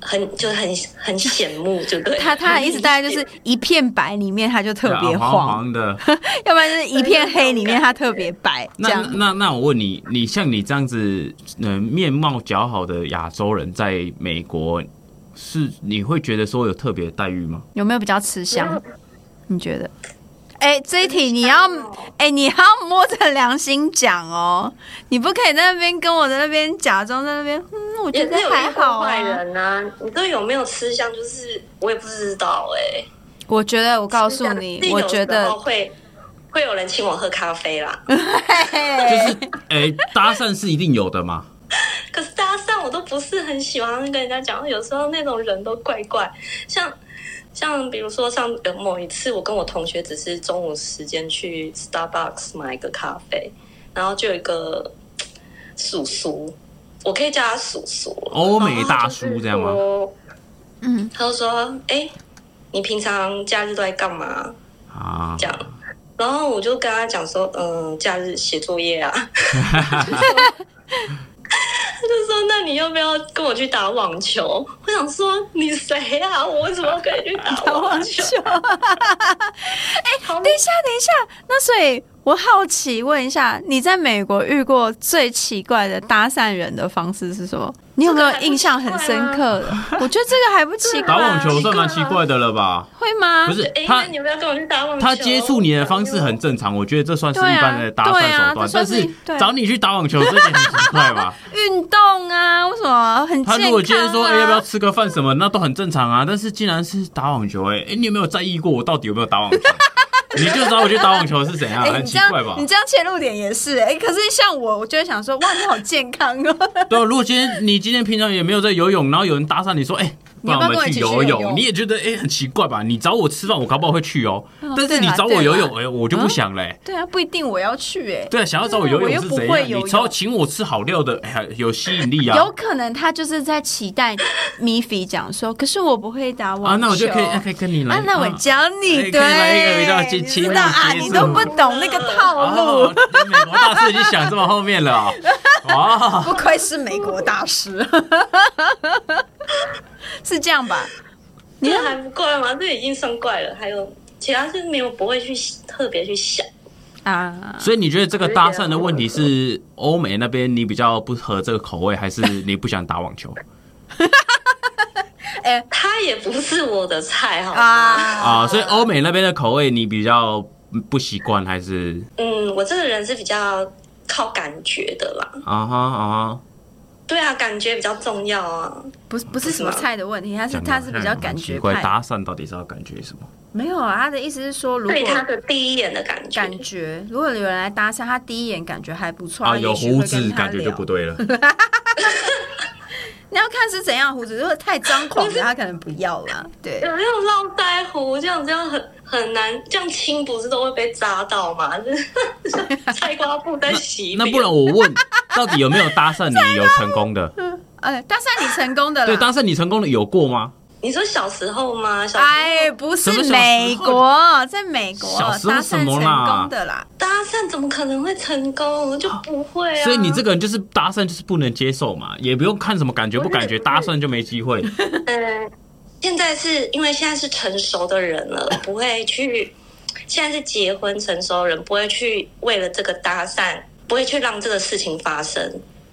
Speaker 3: 很就很很显目，就对。
Speaker 2: 他他的意思大概就是一片白里面它就特别
Speaker 1: 啊黄
Speaker 2: 黄，
Speaker 1: 黄的。
Speaker 2: 要不然就是一片黑里面它特别白，这
Speaker 1: 那
Speaker 2: 样。
Speaker 1: 那那我问你，你像你这样子，嗯、面貌姣好的亚洲人在美国，是你会觉得说有特别待遇吗？
Speaker 2: 有没有比较吃香
Speaker 3: 嗯？
Speaker 2: 你觉得？哎、这一题你要哎、你要摸着良心讲哦，你不可以在那边跟我在那边假装在那边，嗯，我觉
Speaker 3: 也
Speaker 2: 得
Speaker 3: 是有
Speaker 2: 还
Speaker 3: 遇
Speaker 2: 好
Speaker 3: 过
Speaker 2: 啊
Speaker 3: 坏。人啊，你这有没有吃相？就是我也不知道哎、
Speaker 2: 我觉得，我告诉你
Speaker 3: 是，
Speaker 2: 我
Speaker 3: 有
Speaker 2: 觉
Speaker 3: 时
Speaker 2: 得
Speaker 3: 候，会会有人请我喝咖啡 啦，
Speaker 1: 就是哎、搭讪是一定有的嘛。
Speaker 3: 可是搭讪我都不是很喜欢跟人家讲，有时候那种人都怪怪，像像比如说上有某一次，我跟我同学只是中午时间去 Starbucks 买一个咖啡，然后就有一个叔叔，我可以叫他叔叔，
Speaker 1: 欧美大叔这样吗
Speaker 3: 然后他就是说？
Speaker 2: 嗯，
Speaker 3: 他就说：“哎、你平常假日都在干嘛
Speaker 1: 啊？”，
Speaker 3: 这样。然后我就跟他讲说，嗯，假日写作业啊。 他就说：“那你要不要跟我去打网球？”我想说：“你谁啊？我为什么要跟你去打网球？”好
Speaker 2: 等一下，等一下，那所以我好奇问一下，你在美国遇过最奇怪的搭讪人的方式是什么？你有没有印象很深刻的？ 我觉得这个还不奇怪、
Speaker 1: 打网
Speaker 2: 啊，
Speaker 1: 球算蛮奇怪的了吧？
Speaker 2: 会吗？
Speaker 1: 不是
Speaker 3: 哎、
Speaker 1: 他
Speaker 3: 那你要不要跟我去打网球？
Speaker 1: 他接触你的方式很正常，我觉得这算是一般的搭
Speaker 2: 对
Speaker 1: 讪
Speaker 2: 啊
Speaker 1: 手段。
Speaker 2: 对啊
Speaker 1: 但
Speaker 2: 这算是
Speaker 1: 是
Speaker 2: 对啊
Speaker 1: 找你去打网球这点很奇怪 吧？
Speaker 2: 运动啊，为什么很健康、
Speaker 1: 他
Speaker 2: 啊？
Speaker 1: 如果今天说哎、要不要吃个饭什么，那都很正常啊。但是竟然是打网球、哎哎，你有没有在意过我到底有没有打网 球？你就找我去打网球是怎样？
Speaker 2: 哎、
Speaker 1: 很
Speaker 2: 你
Speaker 1: 奇
Speaker 2: 这样
Speaker 1: 怪吧
Speaker 2: 你？这样切入点也是哎、可是像我，我就会想说，哇，你好健康 哦。
Speaker 1: 对啊，如果今天你今天平常也没有在游泳，然后有人搭讪你说，哎、不
Speaker 2: 你要
Speaker 1: 然
Speaker 2: 不
Speaker 1: 我们
Speaker 2: 要跟我一起去
Speaker 1: 游
Speaker 2: 游泳
Speaker 1: 你也觉得哎、很奇怪吧？你找我吃饭，我搞不好会去哦。但是
Speaker 2: 对
Speaker 1: 你
Speaker 2: 啦
Speaker 1: 找
Speaker 2: 对啊
Speaker 1: 我
Speaker 2: 啦
Speaker 1: 游泳，哎、我就不想嘞、哎
Speaker 2: 对啊，不一定我要去哎、
Speaker 1: 对啊，想要找我游
Speaker 2: 我
Speaker 1: 泳
Speaker 2: 又
Speaker 1: 是
Speaker 2: 不
Speaker 1: 怎
Speaker 2: 会
Speaker 1: 样？
Speaker 2: 游
Speaker 1: 你超
Speaker 2: 泳
Speaker 1: 请我吃好料的，哎呀，有吸引力啊！
Speaker 2: 有可能他就是在期待米菲讲说，可是我不会打网球
Speaker 1: 啊，那我就可以，可以跟你来。
Speaker 2: 啊，那我教
Speaker 1: 哎可
Speaker 2: 你，
Speaker 1: 以
Speaker 2: 对，
Speaker 1: 来一个比较
Speaker 2: 你
Speaker 1: 亲亲
Speaker 2: 知
Speaker 1: 密
Speaker 2: 道啊，
Speaker 1: 接
Speaker 2: 你
Speaker 1: 触
Speaker 2: 都不懂 那个套路，
Speaker 1: 哦，美国大师已经想这么后面 了啊哦。
Speaker 2: 不愧是美国大师， 是这样吧？
Speaker 3: 你这还不怪吗？这已经算怪了。还有其他是没有不会去特别去想。
Speaker 2: 啊，
Speaker 1: 所以你觉得这个搭讪的问题是欧美那边你比较不合这个口味，还是你不想打网 球
Speaker 2: 哎
Speaker 3: 他也不是我的菜，好吗？
Speaker 2: 啊
Speaker 1: 啊？所以欧美那边的口味你比较不习惯，还是
Speaker 3: 嗯，我这个人是比较靠感觉的啦。
Speaker 1: 啊哈啊
Speaker 3: 对啊，感觉比较重要啊。
Speaker 2: 不是不是什么菜的问题，他
Speaker 1: 哈？
Speaker 2: 是他是比较感觉
Speaker 1: 奇怪，
Speaker 2: 派，
Speaker 1: 搭讪到底是要感觉什么？
Speaker 2: 没有啊，他的意思是说，如
Speaker 3: 对他
Speaker 2: 果
Speaker 3: 的第一眼的感觉，
Speaker 2: 感觉如果有人来搭讪，他第一眼感觉还不错，
Speaker 1: 啊，
Speaker 2: 他
Speaker 1: 有
Speaker 2: 也许会
Speaker 1: 胡
Speaker 2: 跟
Speaker 1: 子
Speaker 2: 他
Speaker 1: 感觉就
Speaker 2: 聊
Speaker 1: 不对了。
Speaker 2: 你要看是怎样的胡子，如果太张狂的，他可能不要啦。对，
Speaker 3: 有那种络腮胡，这样这样很很难，这样亲不是都会被扎到吗？ 就是像菜瓜布在洗
Speaker 1: 那
Speaker 3: 脸
Speaker 1: 不然我问，到底有没有搭讪你有成功的？
Speaker 2: 哎，搭讪你成功的啦。
Speaker 1: 对，搭讪你成功的有过吗？
Speaker 3: 你说小时候吗？小时候
Speaker 2: 哎，不
Speaker 1: 什么
Speaker 2: 是
Speaker 1: 小时候
Speaker 2: 美国，在美国
Speaker 1: 小时候
Speaker 2: 搭
Speaker 1: 什
Speaker 2: 讪成
Speaker 1: 么啦
Speaker 2: 功的啦。
Speaker 3: 搭讪怎么可能会成功？就不会啊。
Speaker 1: 所以你这个人就是搭讪就是不能接受嘛，也不用看什么感觉不感觉，
Speaker 3: 不是
Speaker 1: 搭讪就没机会。
Speaker 3: 嗯，现在是因为现在是成熟的人了，不会去，现在是结婚成熟人，不会去为了这个搭讪，不会去让这个事情发生。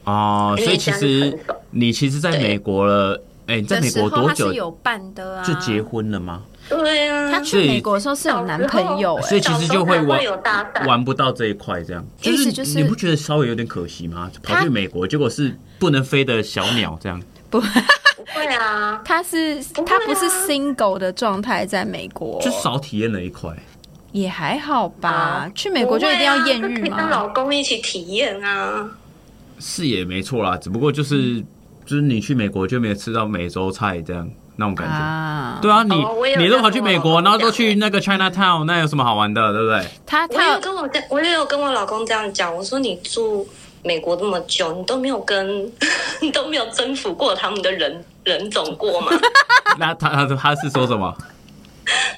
Speaker 1: 哦，
Speaker 3: 因
Speaker 1: 所以
Speaker 3: 为
Speaker 1: 其
Speaker 3: 家里
Speaker 1: 实
Speaker 3: 很少
Speaker 1: 你其实在
Speaker 3: 对
Speaker 1: 美国了，哎，你在
Speaker 2: 的
Speaker 1: 美
Speaker 2: 时
Speaker 1: 国
Speaker 2: 候
Speaker 1: 多
Speaker 2: 他
Speaker 1: 久
Speaker 2: 是有伴的啊，
Speaker 1: 就结婚了吗？
Speaker 3: 对啊，
Speaker 2: 他去美国的时候是有男朋友、
Speaker 1: 所
Speaker 2: 欸，
Speaker 1: 以其实就
Speaker 3: 小时候
Speaker 1: 玩
Speaker 3: 还会有搭讪
Speaker 1: 玩不到这一块，这样
Speaker 2: 啊意思
Speaker 1: 就
Speaker 2: 就是是
Speaker 1: 你不觉得稍微有点可惜吗？跑
Speaker 2: 他
Speaker 1: 去美国，结果是不能飞的小鸟这 样。
Speaker 2: 不，
Speaker 3: 不会啊，
Speaker 2: 他是
Speaker 3: 不会啊
Speaker 2: 他不是 single 的状态，在美国
Speaker 1: 就少体验了一块。
Speaker 2: 也还好吧
Speaker 3: 啊。
Speaker 2: 去美国就一定要艳遇
Speaker 3: 不会啊就可以跟
Speaker 2: 嘛？
Speaker 3: 老公一起体验啊。
Speaker 1: 是也没错啦，只不过
Speaker 2: 嗯
Speaker 1: 就是就是你去美国就没有吃到美洲菜这样那种感觉。
Speaker 2: 啊，
Speaker 1: 对啊，你、
Speaker 3: 哦我也有
Speaker 1: 你
Speaker 3: 这
Speaker 1: 都
Speaker 3: 样
Speaker 1: 跑去美
Speaker 3: 跟
Speaker 1: 国，
Speaker 3: 我
Speaker 1: 然后都
Speaker 3: 老公
Speaker 1: 去
Speaker 3: 讲
Speaker 1: 那个 China Town，那有什么好玩的，对 不对？
Speaker 2: 他
Speaker 3: 我也
Speaker 2: 他
Speaker 3: 有跟我这，我也有跟我老公这样讲，我说你住美国这么久，你都没有跟， 你都没有征服过他们的人人种 过吗？
Speaker 1: 那他他他是说什么？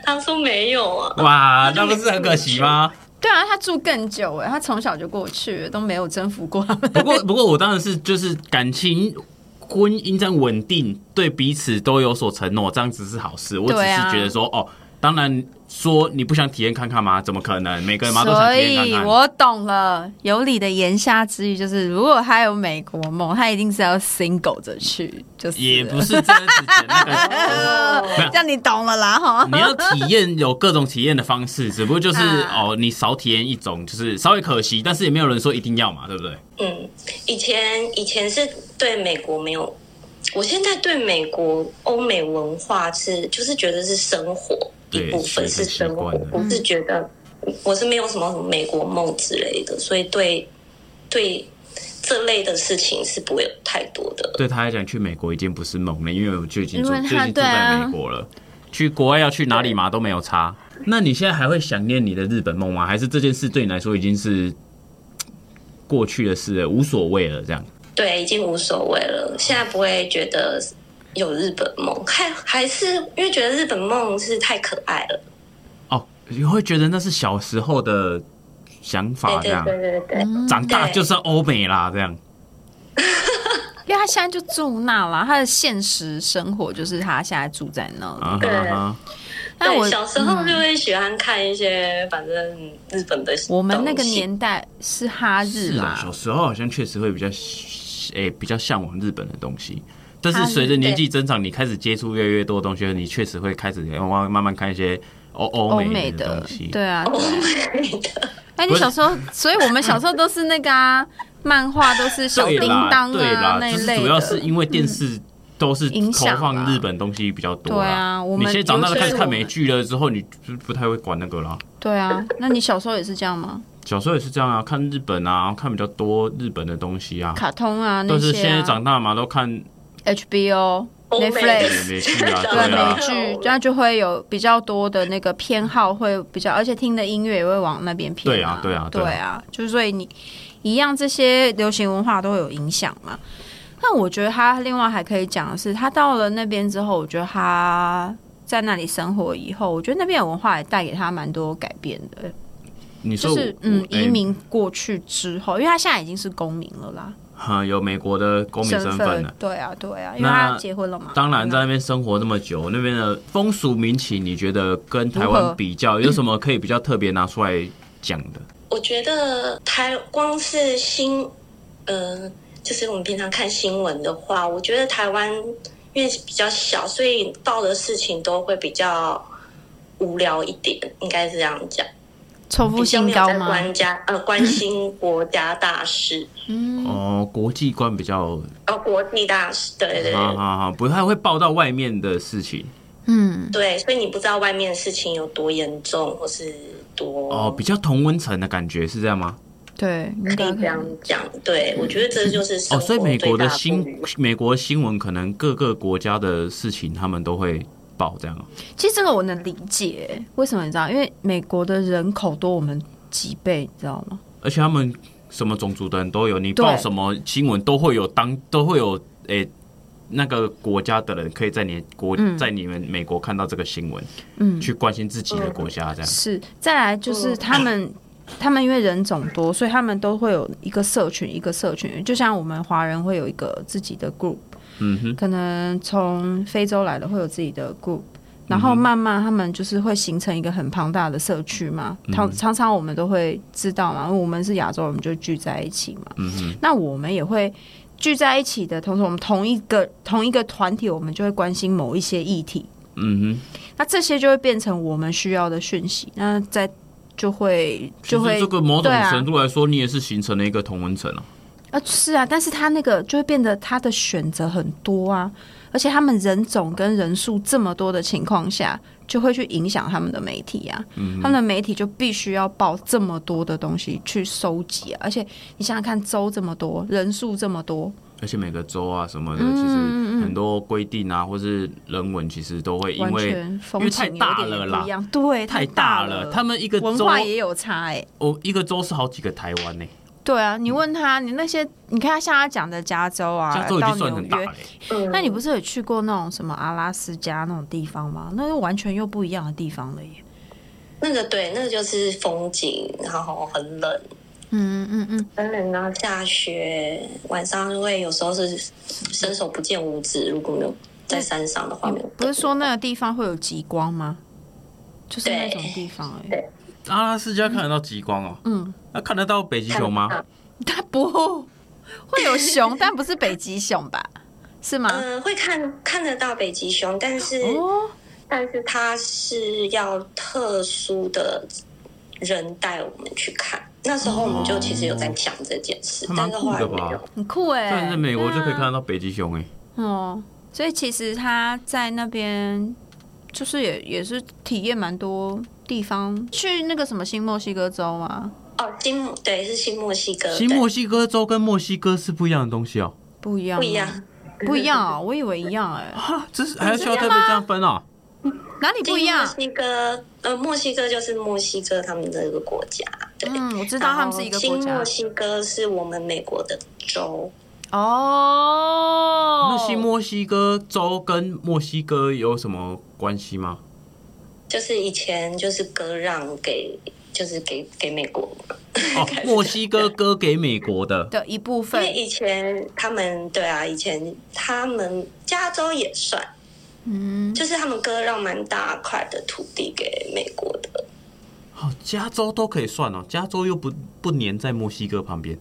Speaker 3: 他说没 有啊。
Speaker 1: 哇，那
Speaker 3: 那就
Speaker 1: 不
Speaker 3: 没
Speaker 1: 是很可惜吗？
Speaker 2: 对啊，他住更久哎、他从小就过去了，都没有征服过他们。
Speaker 1: 不过不过我当然是就是感情。婚姻这样稳定，对彼此都有所承诺，这样子是好事。我只
Speaker 2: 对
Speaker 1: 是
Speaker 2: 啊
Speaker 1: 觉得说，哦，当然说你不想体验看看吗？怎么可能？每个人嘛都哎想
Speaker 2: 所
Speaker 1: 体验看
Speaker 2: 以
Speaker 1: 看。
Speaker 2: 我懂了，有理的言下之意就是，如果他有美国梦，他一定是要 single 着去，就是
Speaker 1: 也不是这样子的那个
Speaker 3: 哦
Speaker 2: 这样，你懂了啦哈。
Speaker 1: 你要体验有各种体验的方式，只不过 就是、
Speaker 3: 嗯
Speaker 2: 啊
Speaker 1: 哦，你少体验一种，就是稍微可惜，但是也没有人说一定要嘛，对不对？
Speaker 3: 嗯，以前以前是对美国没有，我现在对美国欧美文化是就是觉得是生活
Speaker 1: 对
Speaker 3: 一部分
Speaker 1: 是
Speaker 3: 是生活
Speaker 1: 习惯了，
Speaker 3: 不是觉得我是没有什么什么美国梦之类的，所以对对这类的事情是不会有太多的。
Speaker 1: 对他来讲，去美国已经不是梦了，因为我就已经住
Speaker 2: 因为
Speaker 1: 就
Speaker 2: 他
Speaker 1: 已经住
Speaker 2: 对啊
Speaker 1: 在美国了。去国外要去哪里嘛都没有差。那你现在还会想念你的日本梦吗？还是这件事对你来说已经是嘖过去的事了，无所谓了？这样
Speaker 3: 对，已经无所谓了，现在不会觉得有日本梦，还还是因为觉得日本梦是太可爱了。
Speaker 1: 哦，你会觉得那是小时候的想法，这
Speaker 3: 对
Speaker 1: 样
Speaker 3: 对对对对，
Speaker 1: 长大
Speaker 3: 对
Speaker 1: 就是欧美啦，这样。
Speaker 2: 因为他现在就住那啦，他的现实生活就是他现在住在那里。
Speaker 1: 啊哈
Speaker 3: 对
Speaker 1: 哈，
Speaker 2: 但我
Speaker 3: 对小时候就会喜欢看一些，反正日本的东西。
Speaker 2: 我们那个年代是哈日
Speaker 1: 是啊，
Speaker 2: 啦
Speaker 1: 小，时候好像确实会比较，诶、比较向往日本的东西。但是
Speaker 2: 它
Speaker 1: 随着年纪增长，你开始接触越来越多的东西，你确实会开始慢慢慢慢看一些欧欧
Speaker 2: 欧
Speaker 1: 美
Speaker 2: 美
Speaker 1: 的
Speaker 2: 的
Speaker 1: 东西。，哦
Speaker 2: 对啊。
Speaker 3: 欧美的，
Speaker 2: 哎，你小时候，所以我们小时候都是那个啊，漫画都是小
Speaker 1: 对
Speaker 2: 叮
Speaker 1: 啦，
Speaker 2: 当
Speaker 1: 对啦，
Speaker 2: 啊那一
Speaker 1: 就是
Speaker 2: 类
Speaker 1: 主要是
Speaker 2: 的。
Speaker 1: 因为电视都是
Speaker 2: 影
Speaker 1: 投
Speaker 2: 响
Speaker 1: 放
Speaker 2: 啦
Speaker 1: 日本东西比较多啦。
Speaker 2: 对啊我们
Speaker 1: 你现在长大了
Speaker 2: 尤其
Speaker 1: 开
Speaker 2: 是
Speaker 1: 始看
Speaker 2: 我们
Speaker 1: 美剧了之后，你就不太会管那个啦。
Speaker 2: 对啊，那你小时候也是这样吗？
Speaker 1: 小时候也是这样啊，看日本啊，看比较多日本的东西啊。
Speaker 2: 卡通啊，那
Speaker 1: 但是
Speaker 2: 些
Speaker 1: 现在
Speaker 2: 啊
Speaker 1: 长大嘛，都看
Speaker 2: HBO、
Speaker 3: 欧美
Speaker 2: Netflix。
Speaker 1: 美剧啊，
Speaker 2: 对
Speaker 1: 对啊
Speaker 2: 美，剧，那就会有比较多的那个偏好，会比较，而且听的音乐也会往那边偏、
Speaker 1: 对啊对
Speaker 2: 对
Speaker 1: 啊对啊
Speaker 2: 啊，就是所以你一样这些流行文化都有影响嘛。那我觉得他另外还可以讲的是，他到了那边之后，我觉得他在那里生活以后，我觉得那边的文化也带给他蛮多改变的，
Speaker 1: 你说
Speaker 2: 就是
Speaker 1: 我
Speaker 2: 嗯，
Speaker 1: 诶
Speaker 2: 移民过去之后，因为他现在已经是公民了啦，
Speaker 1: 哈，有美国的公民身份
Speaker 2: 份
Speaker 1: 了。
Speaker 2: 对啊对啊，因为
Speaker 1: 那
Speaker 2: 他结婚了嘛，啊
Speaker 1: 当然，在
Speaker 2: 那
Speaker 1: 那边生活那么久，那边的风俗民情，你觉得跟台
Speaker 2: 如
Speaker 1: 湾
Speaker 2: 何
Speaker 1: 比较，有什么可以比较特别拿出来讲的？
Speaker 3: 我觉得台光是新，呃，就是我们平常看新闻的话，我觉得台湾因为比较小，所以报的事情都会比较无聊一点，应该是这样讲。
Speaker 2: 重复
Speaker 3: 比较
Speaker 2: 性
Speaker 3: 没有
Speaker 2: 高
Speaker 3: 在
Speaker 2: 吗？
Speaker 3: 关家呃关心国家大事，
Speaker 1: 哦，国际观比较，
Speaker 3: 呃国际大事，对对对、
Speaker 1: 啊哈哈哈，不太会报道外面的事情。
Speaker 2: 嗯，
Speaker 3: 对，所以你不知道外面的事情有多严重，或是多
Speaker 1: 哦，比较同温层的感觉是这样吗？
Speaker 2: 对，应
Speaker 3: 可
Speaker 2: 该
Speaker 3: 以
Speaker 2: 可
Speaker 3: 这样
Speaker 2: 以
Speaker 3: 讲。对，我觉得这就是生
Speaker 1: 哦，
Speaker 3: 活
Speaker 1: 所以美国的
Speaker 3: 最大不
Speaker 1: 新
Speaker 3: 愉
Speaker 1: 美国新闻可能各个国家的事情，他们都会报这样哦。
Speaker 2: 其实这个我能理解，为什么你知道？因为美国的人口多我们几倍，你知道吗？
Speaker 1: 而且他们什么种族的人都有，你
Speaker 2: 对
Speaker 1: 报什么新闻都会有当都会有诶、那个国家的人可以在你国、
Speaker 2: 嗯
Speaker 1: 在你们美国看到这个新闻，
Speaker 2: 嗯，
Speaker 1: 去关心自己的国家这样。
Speaker 2: 是。再来就是
Speaker 3: 嗯
Speaker 2: 他们，他们因为人种多，所以他们都会有一个社群，一个社群。就像我们华人会有一个自己的 group，
Speaker 1: 嗯哼，嗯
Speaker 2: 可能从非洲来的会有自己的 group，然后慢慢他们就是会形成一个很庞大的社区嘛。
Speaker 1: 嗯
Speaker 2: 常常常我们都会知道嘛，因为我们是亚洲人，我们就聚在一起嘛。
Speaker 1: 嗯哼，
Speaker 2: 那我们也会聚在一起的同时，我们同一个同一个团体，我们就会关心某一些议题。
Speaker 1: 嗯
Speaker 2: 那这些就会变成我们需要的讯息，那在就会
Speaker 1: 哼，
Speaker 2: 就
Speaker 1: 其
Speaker 2: 会
Speaker 1: 实这个某种
Speaker 2: 对啊
Speaker 1: 程度来说，你也是形成了一个同文层啊。
Speaker 2: 啊，是啊，但是他那个就会变得他的选择很多啊，而且他们人种跟人数这么多的情况下，就会去影响他们的媒体啊，
Speaker 1: 嗯
Speaker 2: 他们的媒体就必须要报这么多的东西去收集啊，而且你想想看，州这么多，人数这么多，
Speaker 1: 而且每个州啊什么的，
Speaker 2: 嗯
Speaker 1: 其实很多规定啊，或是人文，其实都会因
Speaker 2: 完
Speaker 1: 为
Speaker 2: 全
Speaker 1: 因
Speaker 2: 风
Speaker 1: 为
Speaker 2: 情
Speaker 1: 太
Speaker 2: 有
Speaker 1: 大
Speaker 2: 点
Speaker 1: 了
Speaker 2: 不
Speaker 1: 啦
Speaker 2: 一样，对，
Speaker 1: 太
Speaker 2: 大
Speaker 1: 大了，他们一个
Speaker 2: 文
Speaker 1: 州，
Speaker 2: 化也有差哎、
Speaker 1: 哦，一个州是好几个台湾呢，
Speaker 2: 对啊，你问他，你那些你看他像他讲的加州啊，
Speaker 1: 嗯加州已
Speaker 2: 到
Speaker 1: 经
Speaker 2: 纽
Speaker 1: 算很大
Speaker 2: 约
Speaker 1: 嘞，
Speaker 3: 嗯，
Speaker 2: 那你不是有去过那种什么阿拉斯加那种地方吗？那又完全又不一样的地方了耶。
Speaker 3: 那个对，那个就是风景，然后很冷，
Speaker 2: 嗯嗯嗯，
Speaker 3: 很冷，然后下雪，晚上会有时候是伸手不见五指，如果没有在山上的话，没有
Speaker 2: 不是说那个地方会有极光吗？就是那
Speaker 3: 对
Speaker 2: 种地方哎、
Speaker 3: 对
Speaker 1: 阿拉斯加啊看得到极光哦，
Speaker 2: 嗯，
Speaker 1: 那看得到北极熊吗？？
Speaker 2: 它不会有熊，但不是北极熊吧？是吗？
Speaker 3: 嗯、会看看得到北极熊，但是、
Speaker 2: 哦，
Speaker 3: 但是它是要特殊的人带我们去看。那时候我们就其实有在想这件事，
Speaker 1: 哦还蛮
Speaker 3: 但是后来
Speaker 1: 酷的吧
Speaker 3: 没有。
Speaker 2: 很酷哎、
Speaker 1: 但在美国就可以看得
Speaker 2: 到。
Speaker 1: 到北极熊哎，
Speaker 2: 哦，所以其实他在那边就是也也是体验蛮多地方，去那个什么新墨西哥州啊，
Speaker 3: 哦，新墨对是新墨西哥，
Speaker 1: 新墨西哥州跟墨西哥是不一样的东西哦，
Speaker 2: 不一样，
Speaker 3: 对不一。样。
Speaker 2: 不一样哦，我以为一样哎、
Speaker 1: 啊，这是还要需要特别这样分哦。
Speaker 2: 哪里不一
Speaker 3: 新
Speaker 2: 样
Speaker 3: 墨？西哥呃，墨西哥就是墨西哥他们的一个国家，对。
Speaker 2: 嗯，我知
Speaker 3: 然
Speaker 2: 道
Speaker 3: 后
Speaker 2: 他们是一个国
Speaker 3: 新
Speaker 2: 家
Speaker 3: 墨西哥是我们美国的州，
Speaker 2: 哦。
Speaker 1: 那新墨西哥州跟墨西哥有什么关系 吗？
Speaker 3: 就是以前就是割让给，就是给给美国嘛
Speaker 1: 哦，墨西哥割给美国的，
Speaker 2: 的一部
Speaker 3: 因为
Speaker 2: 分，
Speaker 3: 以前他们对啊，以前他们加州也算，
Speaker 2: 嗯，
Speaker 3: 就是他们割让蛮大块的土地给美国的。
Speaker 1: 哦，加州都可以算哦，加州又不不粘在墨西哥旁边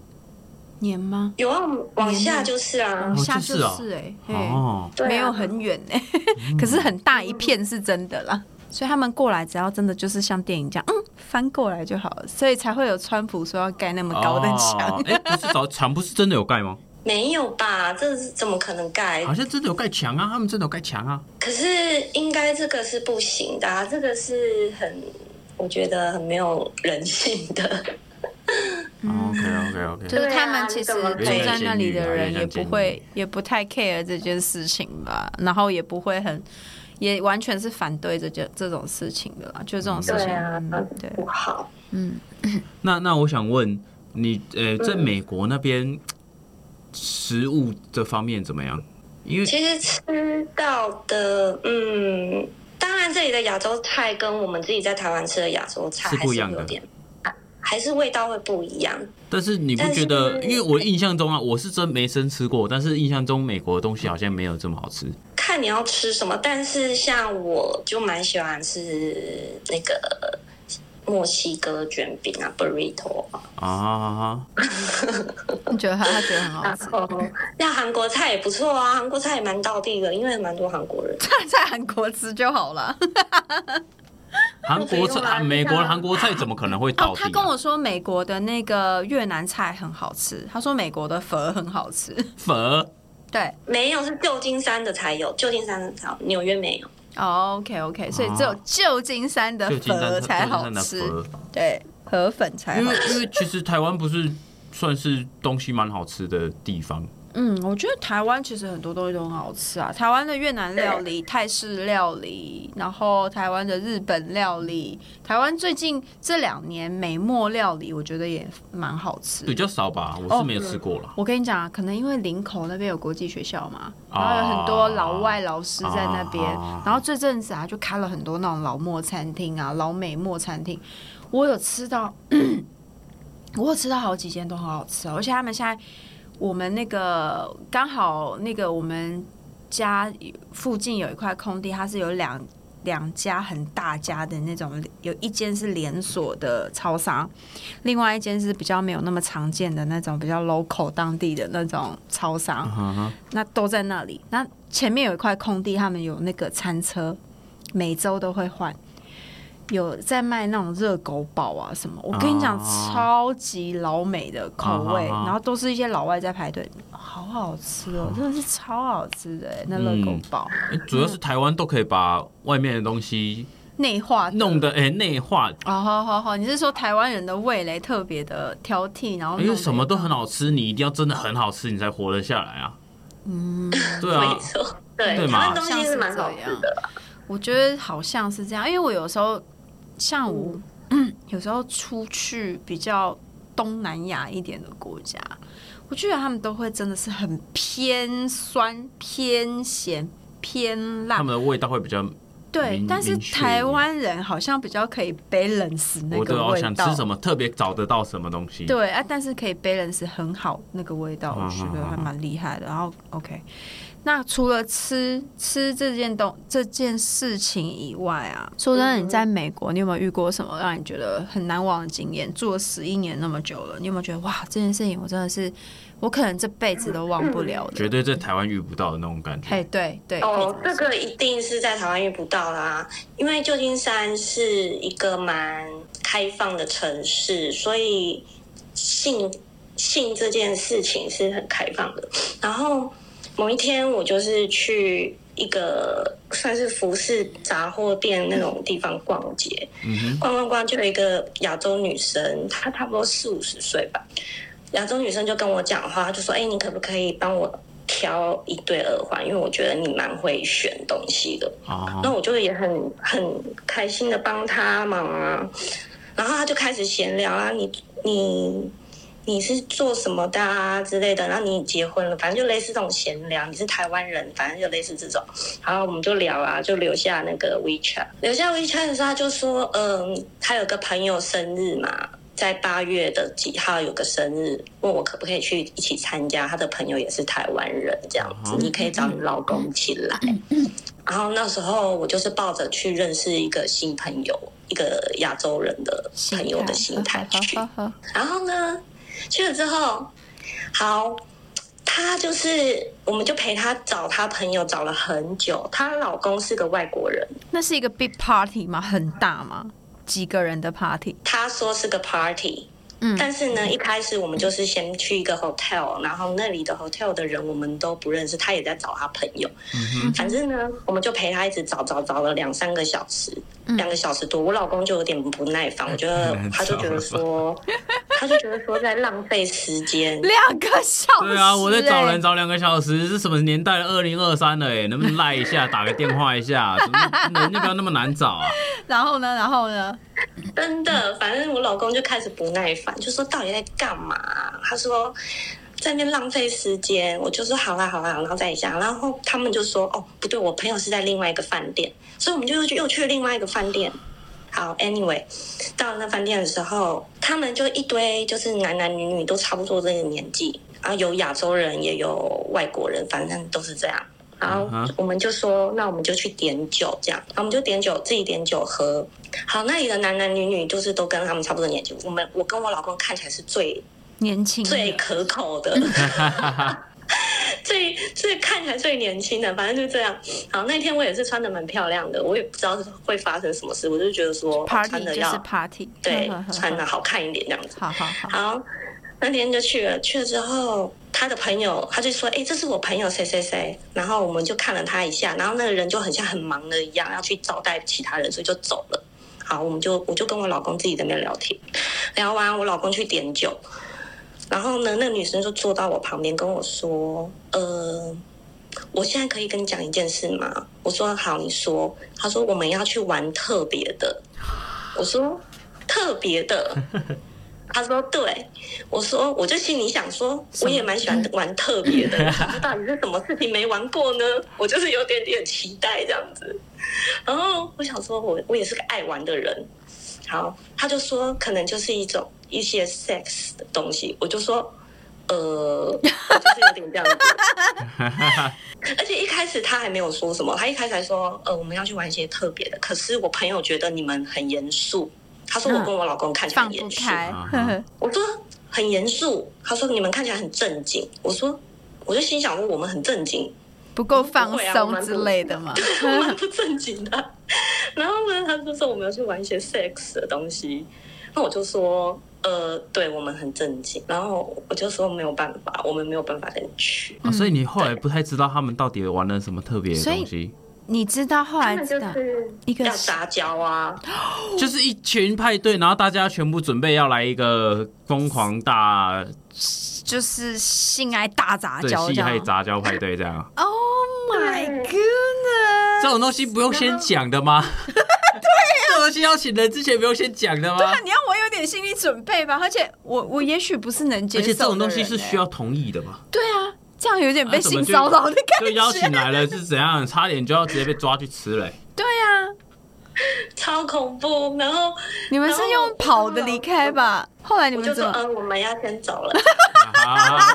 Speaker 2: 年吗？
Speaker 3: 有啊，往下就是啊
Speaker 2: 往，下
Speaker 1: 这
Speaker 2: 就是
Speaker 1: 哦
Speaker 2: 是哎、嘿
Speaker 1: 哦，
Speaker 3: 对啊
Speaker 2: 没有很远哎、 可是很大一片是真的啦。所以他们过来，只要真的就是像电影这样，嗯，翻过来就好了，所以才会有川普说要盖那么高的墙。
Speaker 1: 哦哎、不是早墙不是真的有 盖吗？
Speaker 3: 没有吧？这是怎么可能盖
Speaker 1: 好？像真的有盖墙啊，他们真的有盖墙啊。
Speaker 3: 可是应该这个是不行的、啊，这个是很我觉得很没有人性 的。
Speaker 1: 嗯哦 OK OK
Speaker 2: 就
Speaker 1: OK，
Speaker 2: 是他们其实
Speaker 3: 对啊
Speaker 2: 住
Speaker 3: 你怎么
Speaker 2: 在那里的
Speaker 1: 有
Speaker 2: 人也
Speaker 1: 点像监
Speaker 2: 不
Speaker 1: 狱
Speaker 2: 会，也不太 care 这件事情吧，然后也不会很，也完全是反对这件这种事情的啦，就这种事情，
Speaker 3: 啊
Speaker 1: 啊
Speaker 2: 嗯对，
Speaker 3: 不好。
Speaker 1: 那那我想问你，呃，在美国那边、食物这方面怎么样？因为
Speaker 3: 其实吃到的，嗯，当然这里的亚洲菜跟我们自己在台湾吃的亚洲菜
Speaker 1: 是不一样的
Speaker 3: 还是有点啊还是味道会不一样。
Speaker 1: 但是你不
Speaker 3: 但是
Speaker 1: 觉得？因为我印象中啊，我是真没生吃过，但是印象中美国的东西好像没有这么好吃。
Speaker 3: 看你要吃什么，但是像我就蛮喜欢吃那个墨西哥卷饼啊，burrito 啊，
Speaker 1: 啊，
Speaker 2: 你觉得他他觉得很好
Speaker 3: 然
Speaker 2: 吃，
Speaker 3: 后那韩国菜也不错啊，韩国菜也蛮道地的，因为蛮多韩国人。
Speaker 2: 在韩国吃就好了。
Speaker 1: 韩国菜、
Speaker 3: 不用啊
Speaker 1: 啊、美国的韩国菜怎么可能会到
Speaker 2: 哦，
Speaker 1: 底、啊
Speaker 2: 他跟我说美国的那个越南菜很好吃，他说美国的粉很好吃，
Speaker 1: 粉儿
Speaker 2: 对。
Speaker 3: 没有，是旧金山的才有，旧金山的才有，纽约没有。
Speaker 2: 哦 OK OK，所以只有旧金山的
Speaker 1: 旧金山
Speaker 2: 粉才好
Speaker 1: 旧金山的
Speaker 2: 吃，
Speaker 1: 粉
Speaker 2: 对，河粉才
Speaker 1: 因
Speaker 2: 好
Speaker 1: 为
Speaker 2: 吃。
Speaker 1: 因为其实台湾不是算是东西蛮好吃的地方，
Speaker 2: 嗯，我觉得台湾其实很多东西都很好吃啊，台湾的越南料理、泰式料理，然后台湾的日本料理，台湾最近这两年美墨料理，我觉得也蛮好吃
Speaker 1: 比。较少吧，我是没有
Speaker 2: 哦
Speaker 1: 吃过啦。
Speaker 2: 我跟你讲啊，可能因为林口那边有国际学校嘛，
Speaker 1: 哦
Speaker 2: 然后有很多老外老师在那边，
Speaker 1: 哦
Speaker 2: 然后这阵啊子啊就开了很多那种老墨餐厅啊、老美墨餐厅， 我有吃到，我有吃到好几间都很好吃哦，而且他们现在我们那个刚好那个我们家附近有一块空地，它是有两两家很大家的那种，有一间是连锁的超商，另外一间是比较没有那么常见的那种比较 local 当地的那种超商。
Speaker 1: 嗯哼，
Speaker 2: 那都在那里。那前面有一块空地，他们有那个餐车，每周都会换，有在卖那种热狗堡啊什么。我跟你讲，
Speaker 1: 哦
Speaker 2: 超级老美的口味，
Speaker 1: 哦哦哦
Speaker 2: 然后都是一些老外在排队，好好吃哦，真的是超好吃的欸那热狗堡，
Speaker 1: 诶主要是台湾都可以把外面的东西
Speaker 2: 内化的
Speaker 1: 弄得哎内化，
Speaker 2: 哦，好好好，你是说台湾人的味蕾特别的挑剔，然后
Speaker 1: 因为
Speaker 2: 弄得
Speaker 1: 哎什么都很好吃，你一定要真的很好吃，你才活得下来啊。嗯，对啊
Speaker 3: 没，错，对，
Speaker 1: 对嘛
Speaker 3: 他们东西是蛮好吃的啦，
Speaker 2: 我觉得好像是这样，因为我有时候像我、
Speaker 3: 嗯
Speaker 2: 有时候出去比较东南亚一点的国家，我觉得他们都会真的是很偏酸、偏咸、偏
Speaker 1: 他
Speaker 2: 辣。
Speaker 1: 们的味道会比较，
Speaker 2: 对
Speaker 1: 明，
Speaker 2: 但是
Speaker 1: 明确一点
Speaker 2: 台湾人好像比较可以 balance 那
Speaker 1: 我都
Speaker 2: 个
Speaker 1: 要
Speaker 2: 味
Speaker 1: 想
Speaker 2: 道
Speaker 1: 吃。什么，特别找得到什么东西。
Speaker 2: 对啊，但是可以 balance 很好那个味道，
Speaker 1: 嗯
Speaker 2: 我觉得
Speaker 1: 嗯
Speaker 2: 还蛮厉害的。然后 OK，那除了吃吃这件东这件事情以外啊，说真的，你在美国，你有没有遇过什么让你觉得很难忘的经验？住了十一年那么久了，你有没有觉得哇，这件事情我真的是我可能这辈子都忘不了的？
Speaker 1: 绝对在台湾遇不到的那种感觉。
Speaker 2: 嘿，对对，
Speaker 3: 哦，
Speaker 2: 可以
Speaker 3: 这个一定是在台湾遇不到啦，因为旧金山是一个蛮开放的城市，所以性性这件事情是很开放的。然后某一天，我就是去一个算是服饰杂货店那种地方逛街，
Speaker 1: 嗯
Speaker 3: 逛逛逛，就有一个亚洲女生，她差不多四五十岁吧。亚洲女生就跟我讲话，她就说：“哎、你可不可以帮我挑一对耳环？因为我觉得你蛮会选东西的。”
Speaker 1: 哼，哦，
Speaker 3: 那我就也很很开心的帮她忙啊。然后她就开始闲聊啊，你你你是做什么的啊之类的，然后你结婚了，反正就类似这种闲聊。你是台湾人，反正就类似这种。然后我们就聊啊，就留下那个 WeChat，留下 WeChat 的时候，他就说，嗯，他有个朋友生日嘛，在八月的几号有个生日，问我可不可以去一起参加。他的朋友也是台湾人，这样子
Speaker 1: 嗯，
Speaker 3: 你可以找你老公一起来。然后那时候我就是抱着去认识一个新朋友，一个亚洲人的朋友的心态去。
Speaker 2: 好好好，
Speaker 3: 然后呢，去了之后，好，她就是，我们就陪她找她朋友找了很久。她老公是个外国人，
Speaker 2: 那是一个 big party 吗？很大吗？几个人的 party？
Speaker 3: 她说是个 party。
Speaker 2: 嗯
Speaker 3: 但是呢，一开始我们就是先去一个 hotel，然后那里的 hotel 的人我们都不认识，她也在找她朋友。
Speaker 1: 嗯
Speaker 3: 反正呢，我们就陪她一直找找找了两三个小时，两个小时多。我老公就有点不耐烦，我觉得他就觉得说， 他就觉得说在浪费时间，
Speaker 2: 两个小时、
Speaker 1: 哼，对啊，我在找
Speaker 2: 欸
Speaker 1: 人找两个小时，是什么年代？二零二三了，哎，能不能赖一下，打个电话一 下？怎么人就不要那么难找啊？
Speaker 2: 然后呢，然后呢？
Speaker 3: 真的，反正我老公就开始不耐烦，就说到底在干嘛、他说在那边浪费时间。我就说好啦好啦，然后再讲，然后他们就说哦不对，我朋友是在另外一个饭店，所以我们就又去又去另外一个饭店。好，anyway，到那饭店的时候，他们就一堆就是男男女女都差不多这个年纪，然后有亚洲人也有外国人，反正都是这样。然后
Speaker 1: 嗯哼
Speaker 3: 我们就说，那我们就去点酒，这样，然后我们就点酒，自己点酒喝。好，那里的男男女女就是都跟他们差不多年纪，我们我跟我老公看起来是最
Speaker 2: 年轻人
Speaker 3: 最可 口的， 最最看起来最年轻的，反正就这样。好，那天我也是穿的蛮漂亮的，我也不知道会发生什么事，我就觉得说
Speaker 2: party
Speaker 3: 穿的
Speaker 2: 就
Speaker 3: 要
Speaker 2: 是 party，
Speaker 3: 对
Speaker 2: 呵呵呵
Speaker 3: 穿的好看一点这样子。
Speaker 2: 好好好，
Speaker 3: 好，那天就去了，去了之后，他的朋友他就说：“哎、这是我朋友谁谁谁。”然后我们就看了他一下，然后那个人就很像很忙的一样，要去招待其他人，所以就走了。好，我们就我就跟我老公自己在那边聊天，聊完我老公去点酒，然后呢，那个女生就坐到我旁边跟我说：“呃，我现在可以跟你讲一件事吗？”我说：“好，你说。”她说：“我们要去玩特别的。”我说：“特别的。”她说：“对。”我说：“我就心里想说，我也蛮喜欢玩特 别的，不知道你是什么事情没玩过呢？我就是有点点期待这样子。”然后我想说我，我也是个爱玩的人。好，他就说可能就是一种一些 sex 的东西，我就说呃，就是有点这 样子。而且一开始他还没有说什么，他一开始还说，呃，我们要去玩一些特别的。可是我朋友觉得你们很严肃，他说我跟我老公看起来
Speaker 2: 嗯放
Speaker 3: 很
Speaker 2: 不
Speaker 3: 严肃，
Speaker 2: 开
Speaker 1: 啊，
Speaker 2: 呵呵
Speaker 3: 我说很严肃，他说你们看起来很正经，我说。我就心想说我们很 正经，
Speaker 2: 不够放
Speaker 3: 不会啊我
Speaker 2: 松
Speaker 3: 蛮
Speaker 2: 之
Speaker 3: 不
Speaker 2: 类的嘛。
Speaker 3: 我蛮不正经的。 然后呢，他就说我们要去玩一些 sex 的东西，那我就说，呃，对我们很正经。然后我就说没有办法，我们没有办法跟你去。
Speaker 2: 嗯
Speaker 1: 啊所以你后来不太知道他们到底玩了什么特别的东西，
Speaker 2: 你知道后来
Speaker 3: 那
Speaker 2: 知
Speaker 3: 就
Speaker 2: 道
Speaker 3: 是
Speaker 2: 一个
Speaker 3: 要杂 交啊，
Speaker 1: 就是一群派对，然后大家全部准备要来一个疯狂大
Speaker 2: 就是性爱大杂
Speaker 1: 对
Speaker 2: 交这
Speaker 1: 戏
Speaker 2: 样
Speaker 1: 还。杂交派对这样，
Speaker 2: Oh my goodness！
Speaker 1: 这种东西不用先讲的吗？对
Speaker 2: 啊
Speaker 1: 这种东西要请人之前不用先讲的吗
Speaker 2: 那？你要我有点心理准备吧，而且我我也许不是能接
Speaker 1: 而
Speaker 2: 受的
Speaker 1: 且
Speaker 2: 人欸，
Speaker 1: 这种东西是需要同意的嘛？
Speaker 2: 对啊，这样有点 被
Speaker 1: 啊怎
Speaker 2: 性
Speaker 1: 么
Speaker 2: 骚扰的感
Speaker 1: 就邀请
Speaker 2: 觉。
Speaker 1: 来了是怎样？差点就要直接被抓去吃 嘞、
Speaker 2: 对啊，
Speaker 3: 超恐怖。然后
Speaker 2: 你们是用跑的离开吧？后来你
Speaker 3: 我
Speaker 2: 们
Speaker 3: 就
Speaker 2: 怎
Speaker 3: 说，
Speaker 2: 么？
Speaker 3: 嗯，我们要先 走了。
Speaker 1: 啊！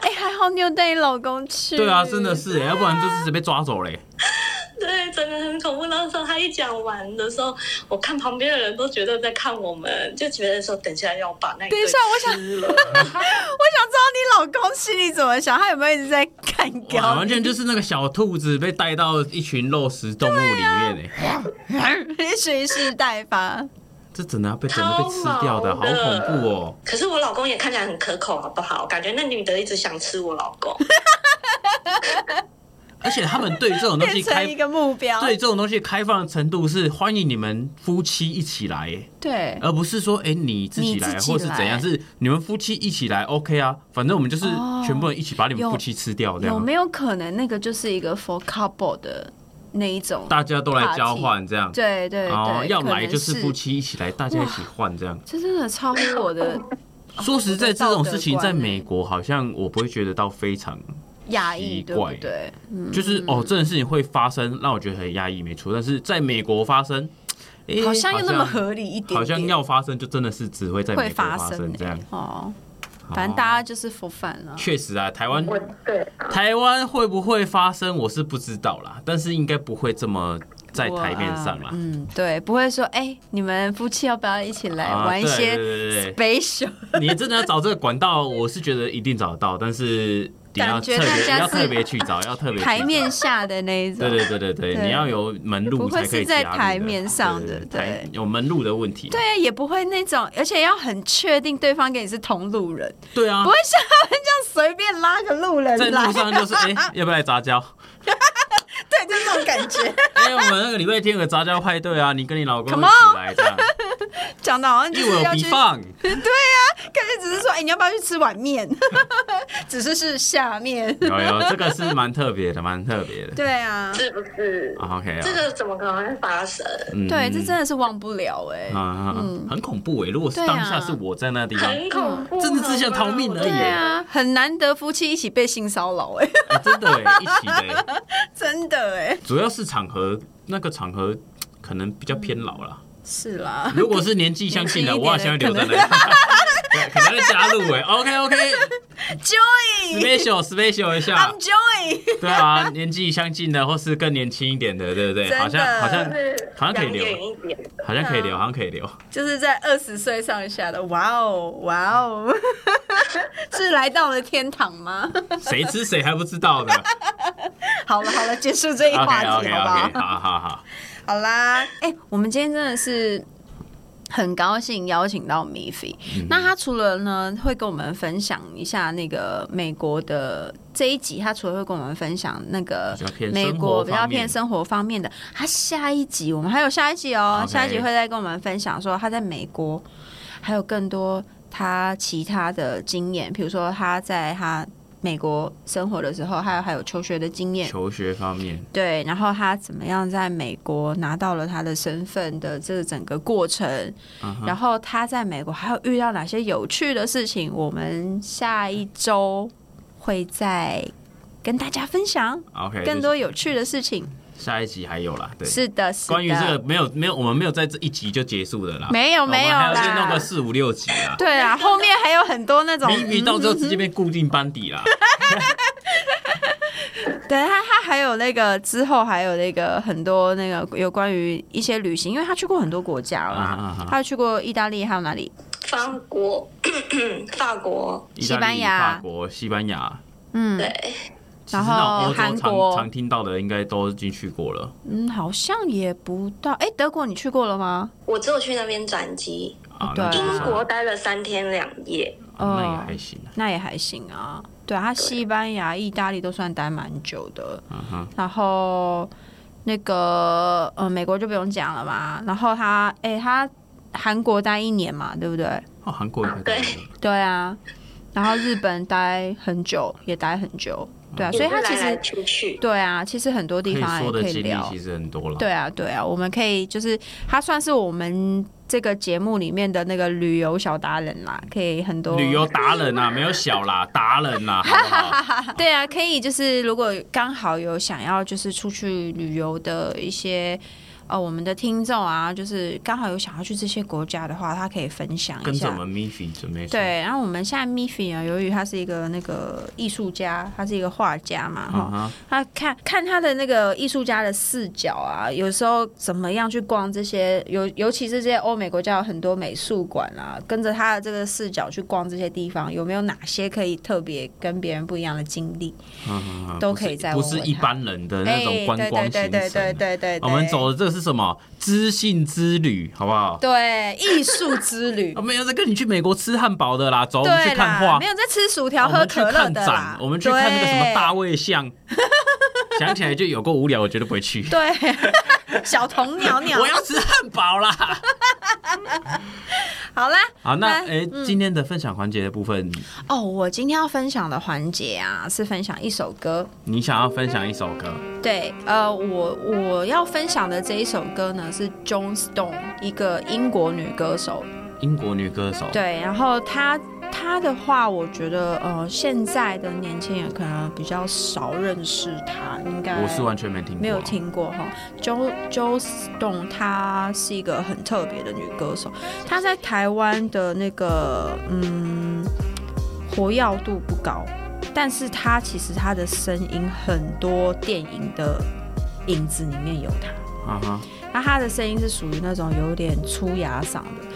Speaker 2: 哎，还好你有带你老公去。
Speaker 1: 对啊，真的。是、欸，要不然就是直接被抓走 嘞、
Speaker 3: 对，真的很恐怖。那时候他一讲完的时候，我看旁边的人都觉得在看我们，就觉得说等一下要把那一
Speaker 2: 等一
Speaker 3: 对
Speaker 2: 下，我 想，我想知道你老公心里怎么想，他有没有一直在看
Speaker 1: 哇
Speaker 2: 高？
Speaker 1: 完全就是那个小兔子被带到一群肉食动物里面嘞、
Speaker 2: 你蓄势待发。
Speaker 1: 这真的要被整个被吃掉的，
Speaker 3: 超
Speaker 1: 好
Speaker 3: 毛的
Speaker 1: 恐怖
Speaker 2: 啊
Speaker 1: 哦！
Speaker 3: 可是我老公也看起来很可口，好不好？感觉那女的一直想吃我老 公，
Speaker 1: 而且他们对这种东西
Speaker 2: 变
Speaker 1: 开
Speaker 2: 成一个目标。
Speaker 1: 对这种东西开放的程度是欢迎你们夫妻一起来、欸，
Speaker 2: 对
Speaker 1: 而不是说哎、欸你自己
Speaker 2: 你
Speaker 1: 来
Speaker 2: 自己
Speaker 1: 或是怎样，
Speaker 2: 来
Speaker 1: 是你们夫妻一起来 OK 啊，反正我们就是
Speaker 2: 哦
Speaker 1: 全部人一起把你们
Speaker 2: 有
Speaker 1: 夫妻吃掉这
Speaker 2: 有
Speaker 1: 样，
Speaker 2: 没有可能那个就是一个 for couple 的那一种？
Speaker 1: 大家都来交
Speaker 2: party
Speaker 1: 换这样，
Speaker 2: 对对对，
Speaker 1: 哦，要
Speaker 2: 可能
Speaker 1: 来就是夫
Speaker 2: 是。
Speaker 1: 妻一起来，大家一起换这样。
Speaker 2: 这真的超乎我的
Speaker 1: 说实在，这种事情
Speaker 2: 哦我
Speaker 1: 在
Speaker 2: 的道德观欸
Speaker 1: 美国好像我不会觉得到非常，
Speaker 2: 压抑，
Speaker 1: 奇
Speaker 2: 对不
Speaker 1: 怪
Speaker 2: 对？嗯
Speaker 1: 就是哦，这种事情会发生，让我觉得很压抑，没错。但是在美国发生，诶
Speaker 2: 好像又那么，合理一点点，
Speaker 1: 哎好像要发生就真的是只会在美
Speaker 2: 会
Speaker 1: 国发
Speaker 2: 生
Speaker 1: 生这样
Speaker 2: 欸。哦。反正大家就是佛饭了，
Speaker 1: 确实啊，台湾
Speaker 3: 我对啊，
Speaker 1: 台湾会不会发生，我是不知道啦，但是应该不会这么在台面上
Speaker 2: 我
Speaker 1: 啦
Speaker 2: 啊。嗯，对，不会说哎，你们夫妻要不要一起来
Speaker 1: 啊
Speaker 2: 玩一
Speaker 1: 对
Speaker 2: 些
Speaker 1: 对对对
Speaker 2: special？
Speaker 1: 你真的要找这个管道，我是觉得一定找得到，但是你要
Speaker 2: 感觉
Speaker 1: 特别
Speaker 2: 大家
Speaker 1: 要
Speaker 2: 是
Speaker 1: 特别去找，要特别去
Speaker 2: 台
Speaker 1: 找
Speaker 2: 面下的那一种？
Speaker 1: 对对对对对，
Speaker 2: 对
Speaker 1: 你要有门
Speaker 2: 不
Speaker 1: 路
Speaker 2: 会
Speaker 1: 才可以
Speaker 2: 是在
Speaker 1: 加入的
Speaker 2: 台面上的
Speaker 1: 对台有门路的问题。
Speaker 2: 对啊，也不会那种，而且要很确定对方跟你是同路人，
Speaker 1: 对啊
Speaker 2: 不，会像他们这样随便拉个路人
Speaker 1: 在
Speaker 2: 来，
Speaker 1: 路上就是哎，要不要来杂交？
Speaker 2: 对，就这种感觉，
Speaker 1: 哎，我们那个礼拜天有个杂交派对啊，你跟你老公一
Speaker 2: Come
Speaker 1: 起来这样，
Speaker 2: 讲的好像就
Speaker 1: 因为我
Speaker 2: 是
Speaker 1: 有
Speaker 2: 要
Speaker 1: 比
Speaker 2: 去，
Speaker 1: 放，
Speaker 2: 感觉只是说，哎、你要不要去吃碗 面？只是是下面，
Speaker 1: 有有，这个是蛮特别的，蛮特别 的。
Speaker 2: 对啊，
Speaker 3: 是不是？
Speaker 1: 啊 OK 啊，
Speaker 3: 这个怎么可能会发生？
Speaker 1: 嗯
Speaker 2: 对，这真的是忘不了哎、
Speaker 1: 啊啊，啊很恐怖哎！如果是
Speaker 2: 对啊
Speaker 1: 当下是我在那地方，
Speaker 3: 很恐怖，
Speaker 1: 嗯真的只想逃命而已
Speaker 2: 对啊，很难得夫妻一起被性骚扰哎，
Speaker 1: 哎真的哎，一起的哎，
Speaker 2: 真的哎、
Speaker 1: 主要是场合，那个场合可能比较偏老 啦。
Speaker 2: 是啦，
Speaker 1: 如果是年纪相近的，
Speaker 2: 年轻一点的
Speaker 1: 我好像会留在那里， 对可能会加入哎、OK OK，special
Speaker 2: Joy，I'm
Speaker 1: special 一下，
Speaker 2: Joy，
Speaker 1: 对啊，年纪相近的或是更年轻一点的，对不对？
Speaker 2: 真的
Speaker 1: 好像好像
Speaker 3: 是
Speaker 1: 好像可以留
Speaker 3: 远一点。
Speaker 1: 好像可以
Speaker 2: 对
Speaker 1: 留，
Speaker 2: 啊
Speaker 1: 好像可以留。
Speaker 2: 就是在二十岁上下的，哇哦哇哦， 是来到了天堂吗？
Speaker 1: 谁吃谁还不知道呢。
Speaker 2: 好了好了，结束这一
Speaker 1: OK
Speaker 2: 话
Speaker 1: OK
Speaker 2: 题好不
Speaker 1: OK，
Speaker 2: 好？
Speaker 1: 好好好，
Speaker 2: 好啦，哎、我们今天真的是。很高兴邀请到 Miffy，、那
Speaker 1: 嗯
Speaker 2: 他除了呢会跟我们分享一下那个美国的这一集，他除了会跟我们分享那个
Speaker 1: 比较偏
Speaker 2: 美国比较偏
Speaker 1: 生
Speaker 2: 生活方面的，他下一集我们还有下一集哦
Speaker 1: OK
Speaker 2: 下一集会再跟我们分享说他在美国还有更多他其他的经验，比如说他在他美国生活的时候，还有还有求学的经验，
Speaker 1: 求学方面，
Speaker 2: 对，然后他怎么样在美国拿到了他的身份的这整个过程，
Speaker 1: 嗯哼
Speaker 2: 然后他在美国还有遇到哪些有趣的事情，我们下一周会再跟大家分享
Speaker 1: OK，
Speaker 2: 更多有趣的事情。
Speaker 1: 下一集还有哎啦，对，
Speaker 2: 是的，是的。
Speaker 1: 关于这个没有没有，我们没有在这一集就结束的啦，哦
Speaker 2: 没有
Speaker 1: 我们
Speaker 2: 没有
Speaker 1: 还要再
Speaker 2: 啦
Speaker 1: 弄个四五六集啦。
Speaker 2: 对啊，后面还有很多那种，
Speaker 1: 谜语到最后直接变固定班底啦，
Speaker 2: 对他，他还有那个之后还有那个很多那个有关于一些旅行，因为他去过很多国家啦，
Speaker 1: 啊啊啊
Speaker 2: 他有去过意大利，还有哪里？
Speaker 3: 法国、 法国，
Speaker 1: 意大利
Speaker 2: 西班牙
Speaker 1: 法国、西班牙，
Speaker 2: 嗯，
Speaker 3: 对，
Speaker 1: 其实
Speaker 2: 然后
Speaker 1: 那种欧洲
Speaker 2: 韩
Speaker 1: 常
Speaker 2: 国
Speaker 1: 常听到的应该都进去过了。
Speaker 2: 嗯，好像也不到。哎，德国你去过了吗？
Speaker 3: 我只有去那边转机，
Speaker 1: 啊，
Speaker 2: 对呃
Speaker 1: 那就
Speaker 2: 啊
Speaker 1: 是
Speaker 3: 英
Speaker 1: 算
Speaker 3: 国
Speaker 1: 了
Speaker 3: 待了三天两夜，
Speaker 1: 啊那也还行啊。
Speaker 2: 那也还行啊。对啊，他西班牙、意大利都算待蛮久的，
Speaker 1: 嗯哼，
Speaker 2: 然后那个呃，美国就不用讲了嘛。然后他，哎，他韩国待一年嘛，对不对？
Speaker 1: 哦，韩国也还
Speaker 3: 对
Speaker 1: 行
Speaker 2: 对啊，然后日本待很久，也待很久，对啊，所以
Speaker 3: 也
Speaker 2: 他
Speaker 3: 是
Speaker 2: 其
Speaker 3: 来来
Speaker 2: 实
Speaker 3: 去去，
Speaker 2: 对啊，其实很
Speaker 1: 嗯可
Speaker 2: 多地
Speaker 1: 以
Speaker 2: 方也
Speaker 1: 说的
Speaker 2: 可以
Speaker 1: 经历
Speaker 2: 聊
Speaker 1: 其，实很多了。
Speaker 2: 对啊，对啊，我们可以就是他算是我们这个节目里面的那个旅游小达人啦，可以很多
Speaker 1: 旅游达人啊，没有小啦，达人啦，好不 好？
Speaker 2: 对啊，可以就是如果刚好有想要就是出去旅游的一些。呃，我们的听众啊，就是刚好有想要去这些国家的话，他可以分享一下。
Speaker 1: 跟着我们 Miffy 准备。，
Speaker 2: 对，然后我们现在 Miffy 呢，由于他是一个那个艺术家，他是一个画家嘛，哈、
Speaker 1: 嗯哼，
Speaker 2: 他看看他的那个艺术家的视角啊，有时候怎么样去逛这些，尤尤其是这些欧美国家有很多美术馆啊，跟着他的这个视角去逛这些地方，有没有哪些可以特别跟别人不一样的经历？
Speaker 1: 嗯哼嗯哼
Speaker 2: 都可以再
Speaker 1: 不
Speaker 2: 问
Speaker 1: 是
Speaker 2: 问
Speaker 1: 一
Speaker 2: 他哎
Speaker 1: 般人的那种观光行
Speaker 2: 对对对对
Speaker 1: 程。
Speaker 2: 对对对，
Speaker 1: 我们走的 这个是什么？知性之旅，好不好？
Speaker 2: 对艺术之旅
Speaker 1: 啊，，没有在跟你去美国吃汉堡的啦，走，我们
Speaker 2: 对
Speaker 1: 去看
Speaker 2: 啦，
Speaker 1: 画
Speaker 2: 没，有在吃薯
Speaker 1: 啊
Speaker 2: 条
Speaker 1: 我
Speaker 2: 喝
Speaker 1: 们去
Speaker 2: 可乐
Speaker 1: 看
Speaker 2: 的啦
Speaker 1: 展，，我们去看那个什么
Speaker 2: 对
Speaker 1: 大卫像，想起来就有够无聊，我绝对不会去。
Speaker 2: 对， 啊小童鸟 鸟
Speaker 1: 我。要吃汉堡啦！
Speaker 2: 好啦，
Speaker 1: 好，那
Speaker 2: 那嗯
Speaker 1: 诶，今天的分享环节的部分，
Speaker 2: 哦，我今天要分享的环节啊，是分享一首歌。
Speaker 1: 你想要分享一首歌？
Speaker 2: 对，呃，我我要分享的这一首歌呢是 Joan Stone，一个英国女歌手。
Speaker 1: 英国女歌手，
Speaker 2: 对，然后她她的话，我觉得呃，现在的年轻人可能比较少认识她，应该
Speaker 1: 我是完全没听过，啊
Speaker 2: 没有。听过哈。Jo Jo Stone 她是一个很特别的女歌手，她在台湾的那个嗯活跃度不高，但是她其实她的声音很多电影的影子里面有她。
Speaker 1: 啊哈，
Speaker 2: 那她的声音是属于那种有点粗哑嗓的。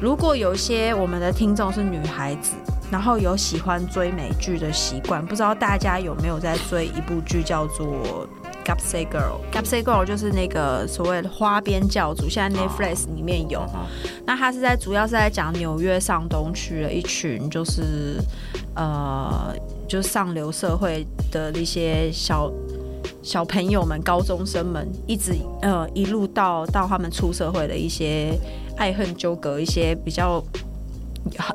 Speaker 2: 如果有一些我们的听众是女孩子，然后有喜欢追美剧的习惯，不知道大家有没有在追一部剧叫做《Gapsay Girl》？Gapsay Girl 就是那个所谓的花边教主，现在 Netflix 里面有。
Speaker 1: 啊
Speaker 2: 那他是在主要是在讲纽约上东区的一群，就是呃，就是上流社会的一些小小朋友们、高中生们，一直呃一路到到他们出社会的一些爱恨纠葛，一些比较。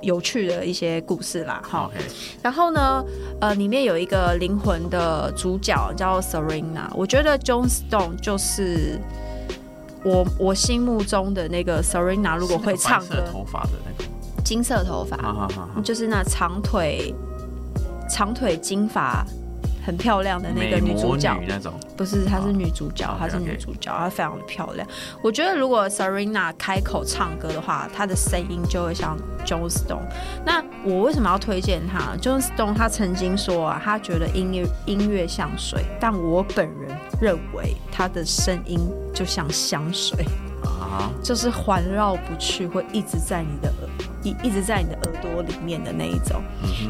Speaker 2: 有趣的一些故事啦，哈。
Speaker 1: ，OK，
Speaker 2: 然后呢，呃，里面有一个灵魂的主角叫 Serena，我觉得 John Stone 就是我我心目中的那个 Serena，如果会唱
Speaker 1: 是那个白色
Speaker 2: 歌，
Speaker 1: 头发的那个，
Speaker 2: 金色头发，
Speaker 1: 啊哈哈哈，
Speaker 2: 就是那长腿长腿金发。很漂亮的那个
Speaker 1: 美
Speaker 2: 女主
Speaker 1: 魔
Speaker 2: 角，
Speaker 1: 女那种，
Speaker 2: 不是，她是女主角，
Speaker 1: 好
Speaker 2: 她是
Speaker 1: OK，OK
Speaker 2: 女主角，她非常的漂亮。我觉得如果 Serena 开口唱歌的话，她的声音就会像 John Stone。那我为什么要推荐她？John Stone 他曾经说啊，他觉得音乐音乐像水，但我本人认为他的声音就像香水，
Speaker 1: 啊
Speaker 2: 就是环绕不去，会一直在你的耳一一直在你的耳朵里面的那一种。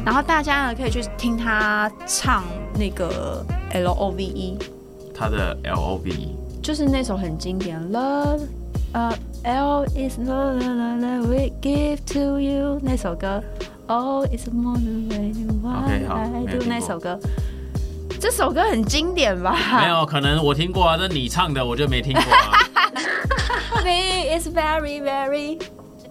Speaker 2: 然后大家呢可以去听他唱那个 L O V E。
Speaker 1: 哈，她的 L O V E，
Speaker 2: 就是那首很经典，Love，呃、l is love love love we give to you 那首歌，All is more than what
Speaker 1: OK，好没有
Speaker 2: I
Speaker 1: 听
Speaker 2: do
Speaker 1: 过
Speaker 2: 那首歌，这首歌很经典吧？
Speaker 1: 没有，可能我听过啊，但你唱的我就没听过啊。
Speaker 2: ，Me is very very。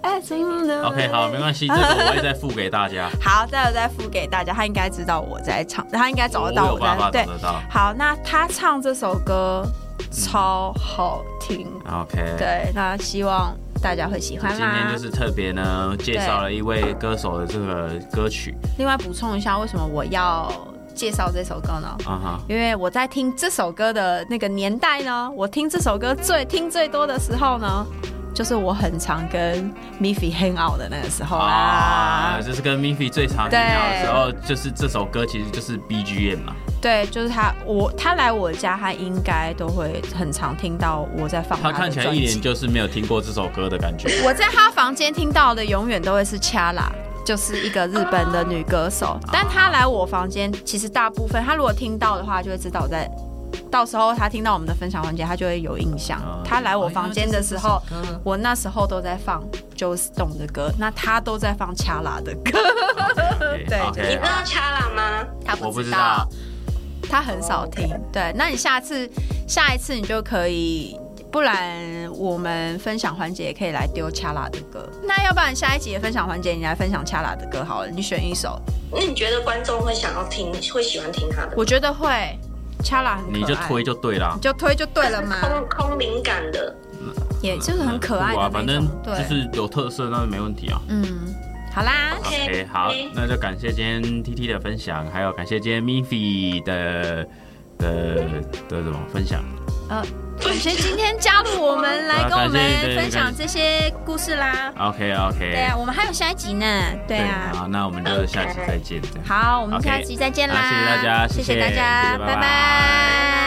Speaker 1: OK，
Speaker 2: OK，
Speaker 1: 好，没关系，这个我会再付给大家，
Speaker 2: 好，待会再付给大家，他应该知道我在唱，他应该 找
Speaker 1: 哦我
Speaker 2: 得到
Speaker 1: 有办
Speaker 2: 在
Speaker 1: 法
Speaker 2: 对
Speaker 1: 找。得到。
Speaker 2: 好，那他唱这首歌超好听，
Speaker 1: OK，
Speaker 2: 对，那希望大家会喜欢啦。
Speaker 1: 嗯今天就是特别呢，介绍了一位歌手的这个歌曲。
Speaker 2: 另外补充一下，为什么我要介绍这首歌呢？
Speaker 1: 啊哈，
Speaker 2: 因为我在听这首歌的那个年代呢，我听这首歌最听最多的时候呢，就是我很常跟 Miffy hang out 的那个时候啦
Speaker 1: 啊，。就是跟 Miffy 最常听到的时候，就是这首歌其实就是 BGM 嘛。
Speaker 2: 对，就是他，我他来我家，他应该都会很常听到我在放
Speaker 1: 他
Speaker 2: 的
Speaker 1: 看起来
Speaker 2: 专
Speaker 1: 一
Speaker 2: 辑
Speaker 1: 脸就是没有听过这首歌的感觉。
Speaker 2: 我在她房间听到的永远都会是 Chala，就是一个日本的女歌手。但她来我房间，其实大部分她如果听到的话，就会知道我在。到时候她听到我们的分享环节，她就会有印象
Speaker 1: 啊。
Speaker 2: 她哦来我房间的时候，我那时候都在放 j o e Stone 的歌，那她都在放 Chala 的歌。 对啊
Speaker 3: 你
Speaker 1: 哎，OK，啊
Speaker 3: 知道 Chala 吗？
Speaker 2: 她
Speaker 1: 我
Speaker 2: 不
Speaker 1: 不
Speaker 2: 知
Speaker 1: 知
Speaker 2: 道
Speaker 1: 道，
Speaker 2: 她很少听。对，那你下次下一次你就可以，不然我们分享环节也可以来丢 Chala 的歌。那要不然下一集的分享环节你来分享 Chala 的歌好了，你选一首，
Speaker 3: 那你觉得观众会想要听，会喜欢听他的？
Speaker 2: 我觉得会 Chala 很可爱，
Speaker 1: 你就推就对啦
Speaker 2: 你。就推就对了嘛，
Speaker 3: 空空灵感的，
Speaker 2: 也就是很可爱
Speaker 1: 酷啊，
Speaker 2: 的
Speaker 1: 反
Speaker 2: 那
Speaker 1: 正
Speaker 2: 种，
Speaker 1: 就
Speaker 2: 对，
Speaker 1: 是有特色，那没问题啊。
Speaker 2: 嗯，好啦，
Speaker 3: OK，
Speaker 1: OK，好，那就感谢今天 T T 的分享，还有感谢今天 Miffy 的的的什么分享。
Speaker 2: 感谢呃今天加入我们 来跟我们分享这些故事啦。
Speaker 1: OK
Speaker 2: 对
Speaker 1: OK，
Speaker 2: 啊，我们还有下一集呢，对啊。
Speaker 1: 好，那我们就下期再见。这样
Speaker 2: 好，我们
Speaker 1: OK
Speaker 2: 下期再见啦！
Speaker 1: 好谢谢大家
Speaker 2: 谢
Speaker 1: 谢
Speaker 2: 谢
Speaker 1: 谢
Speaker 2: 大家，
Speaker 1: 谢谢
Speaker 2: 拜
Speaker 1: 拜
Speaker 2: 拜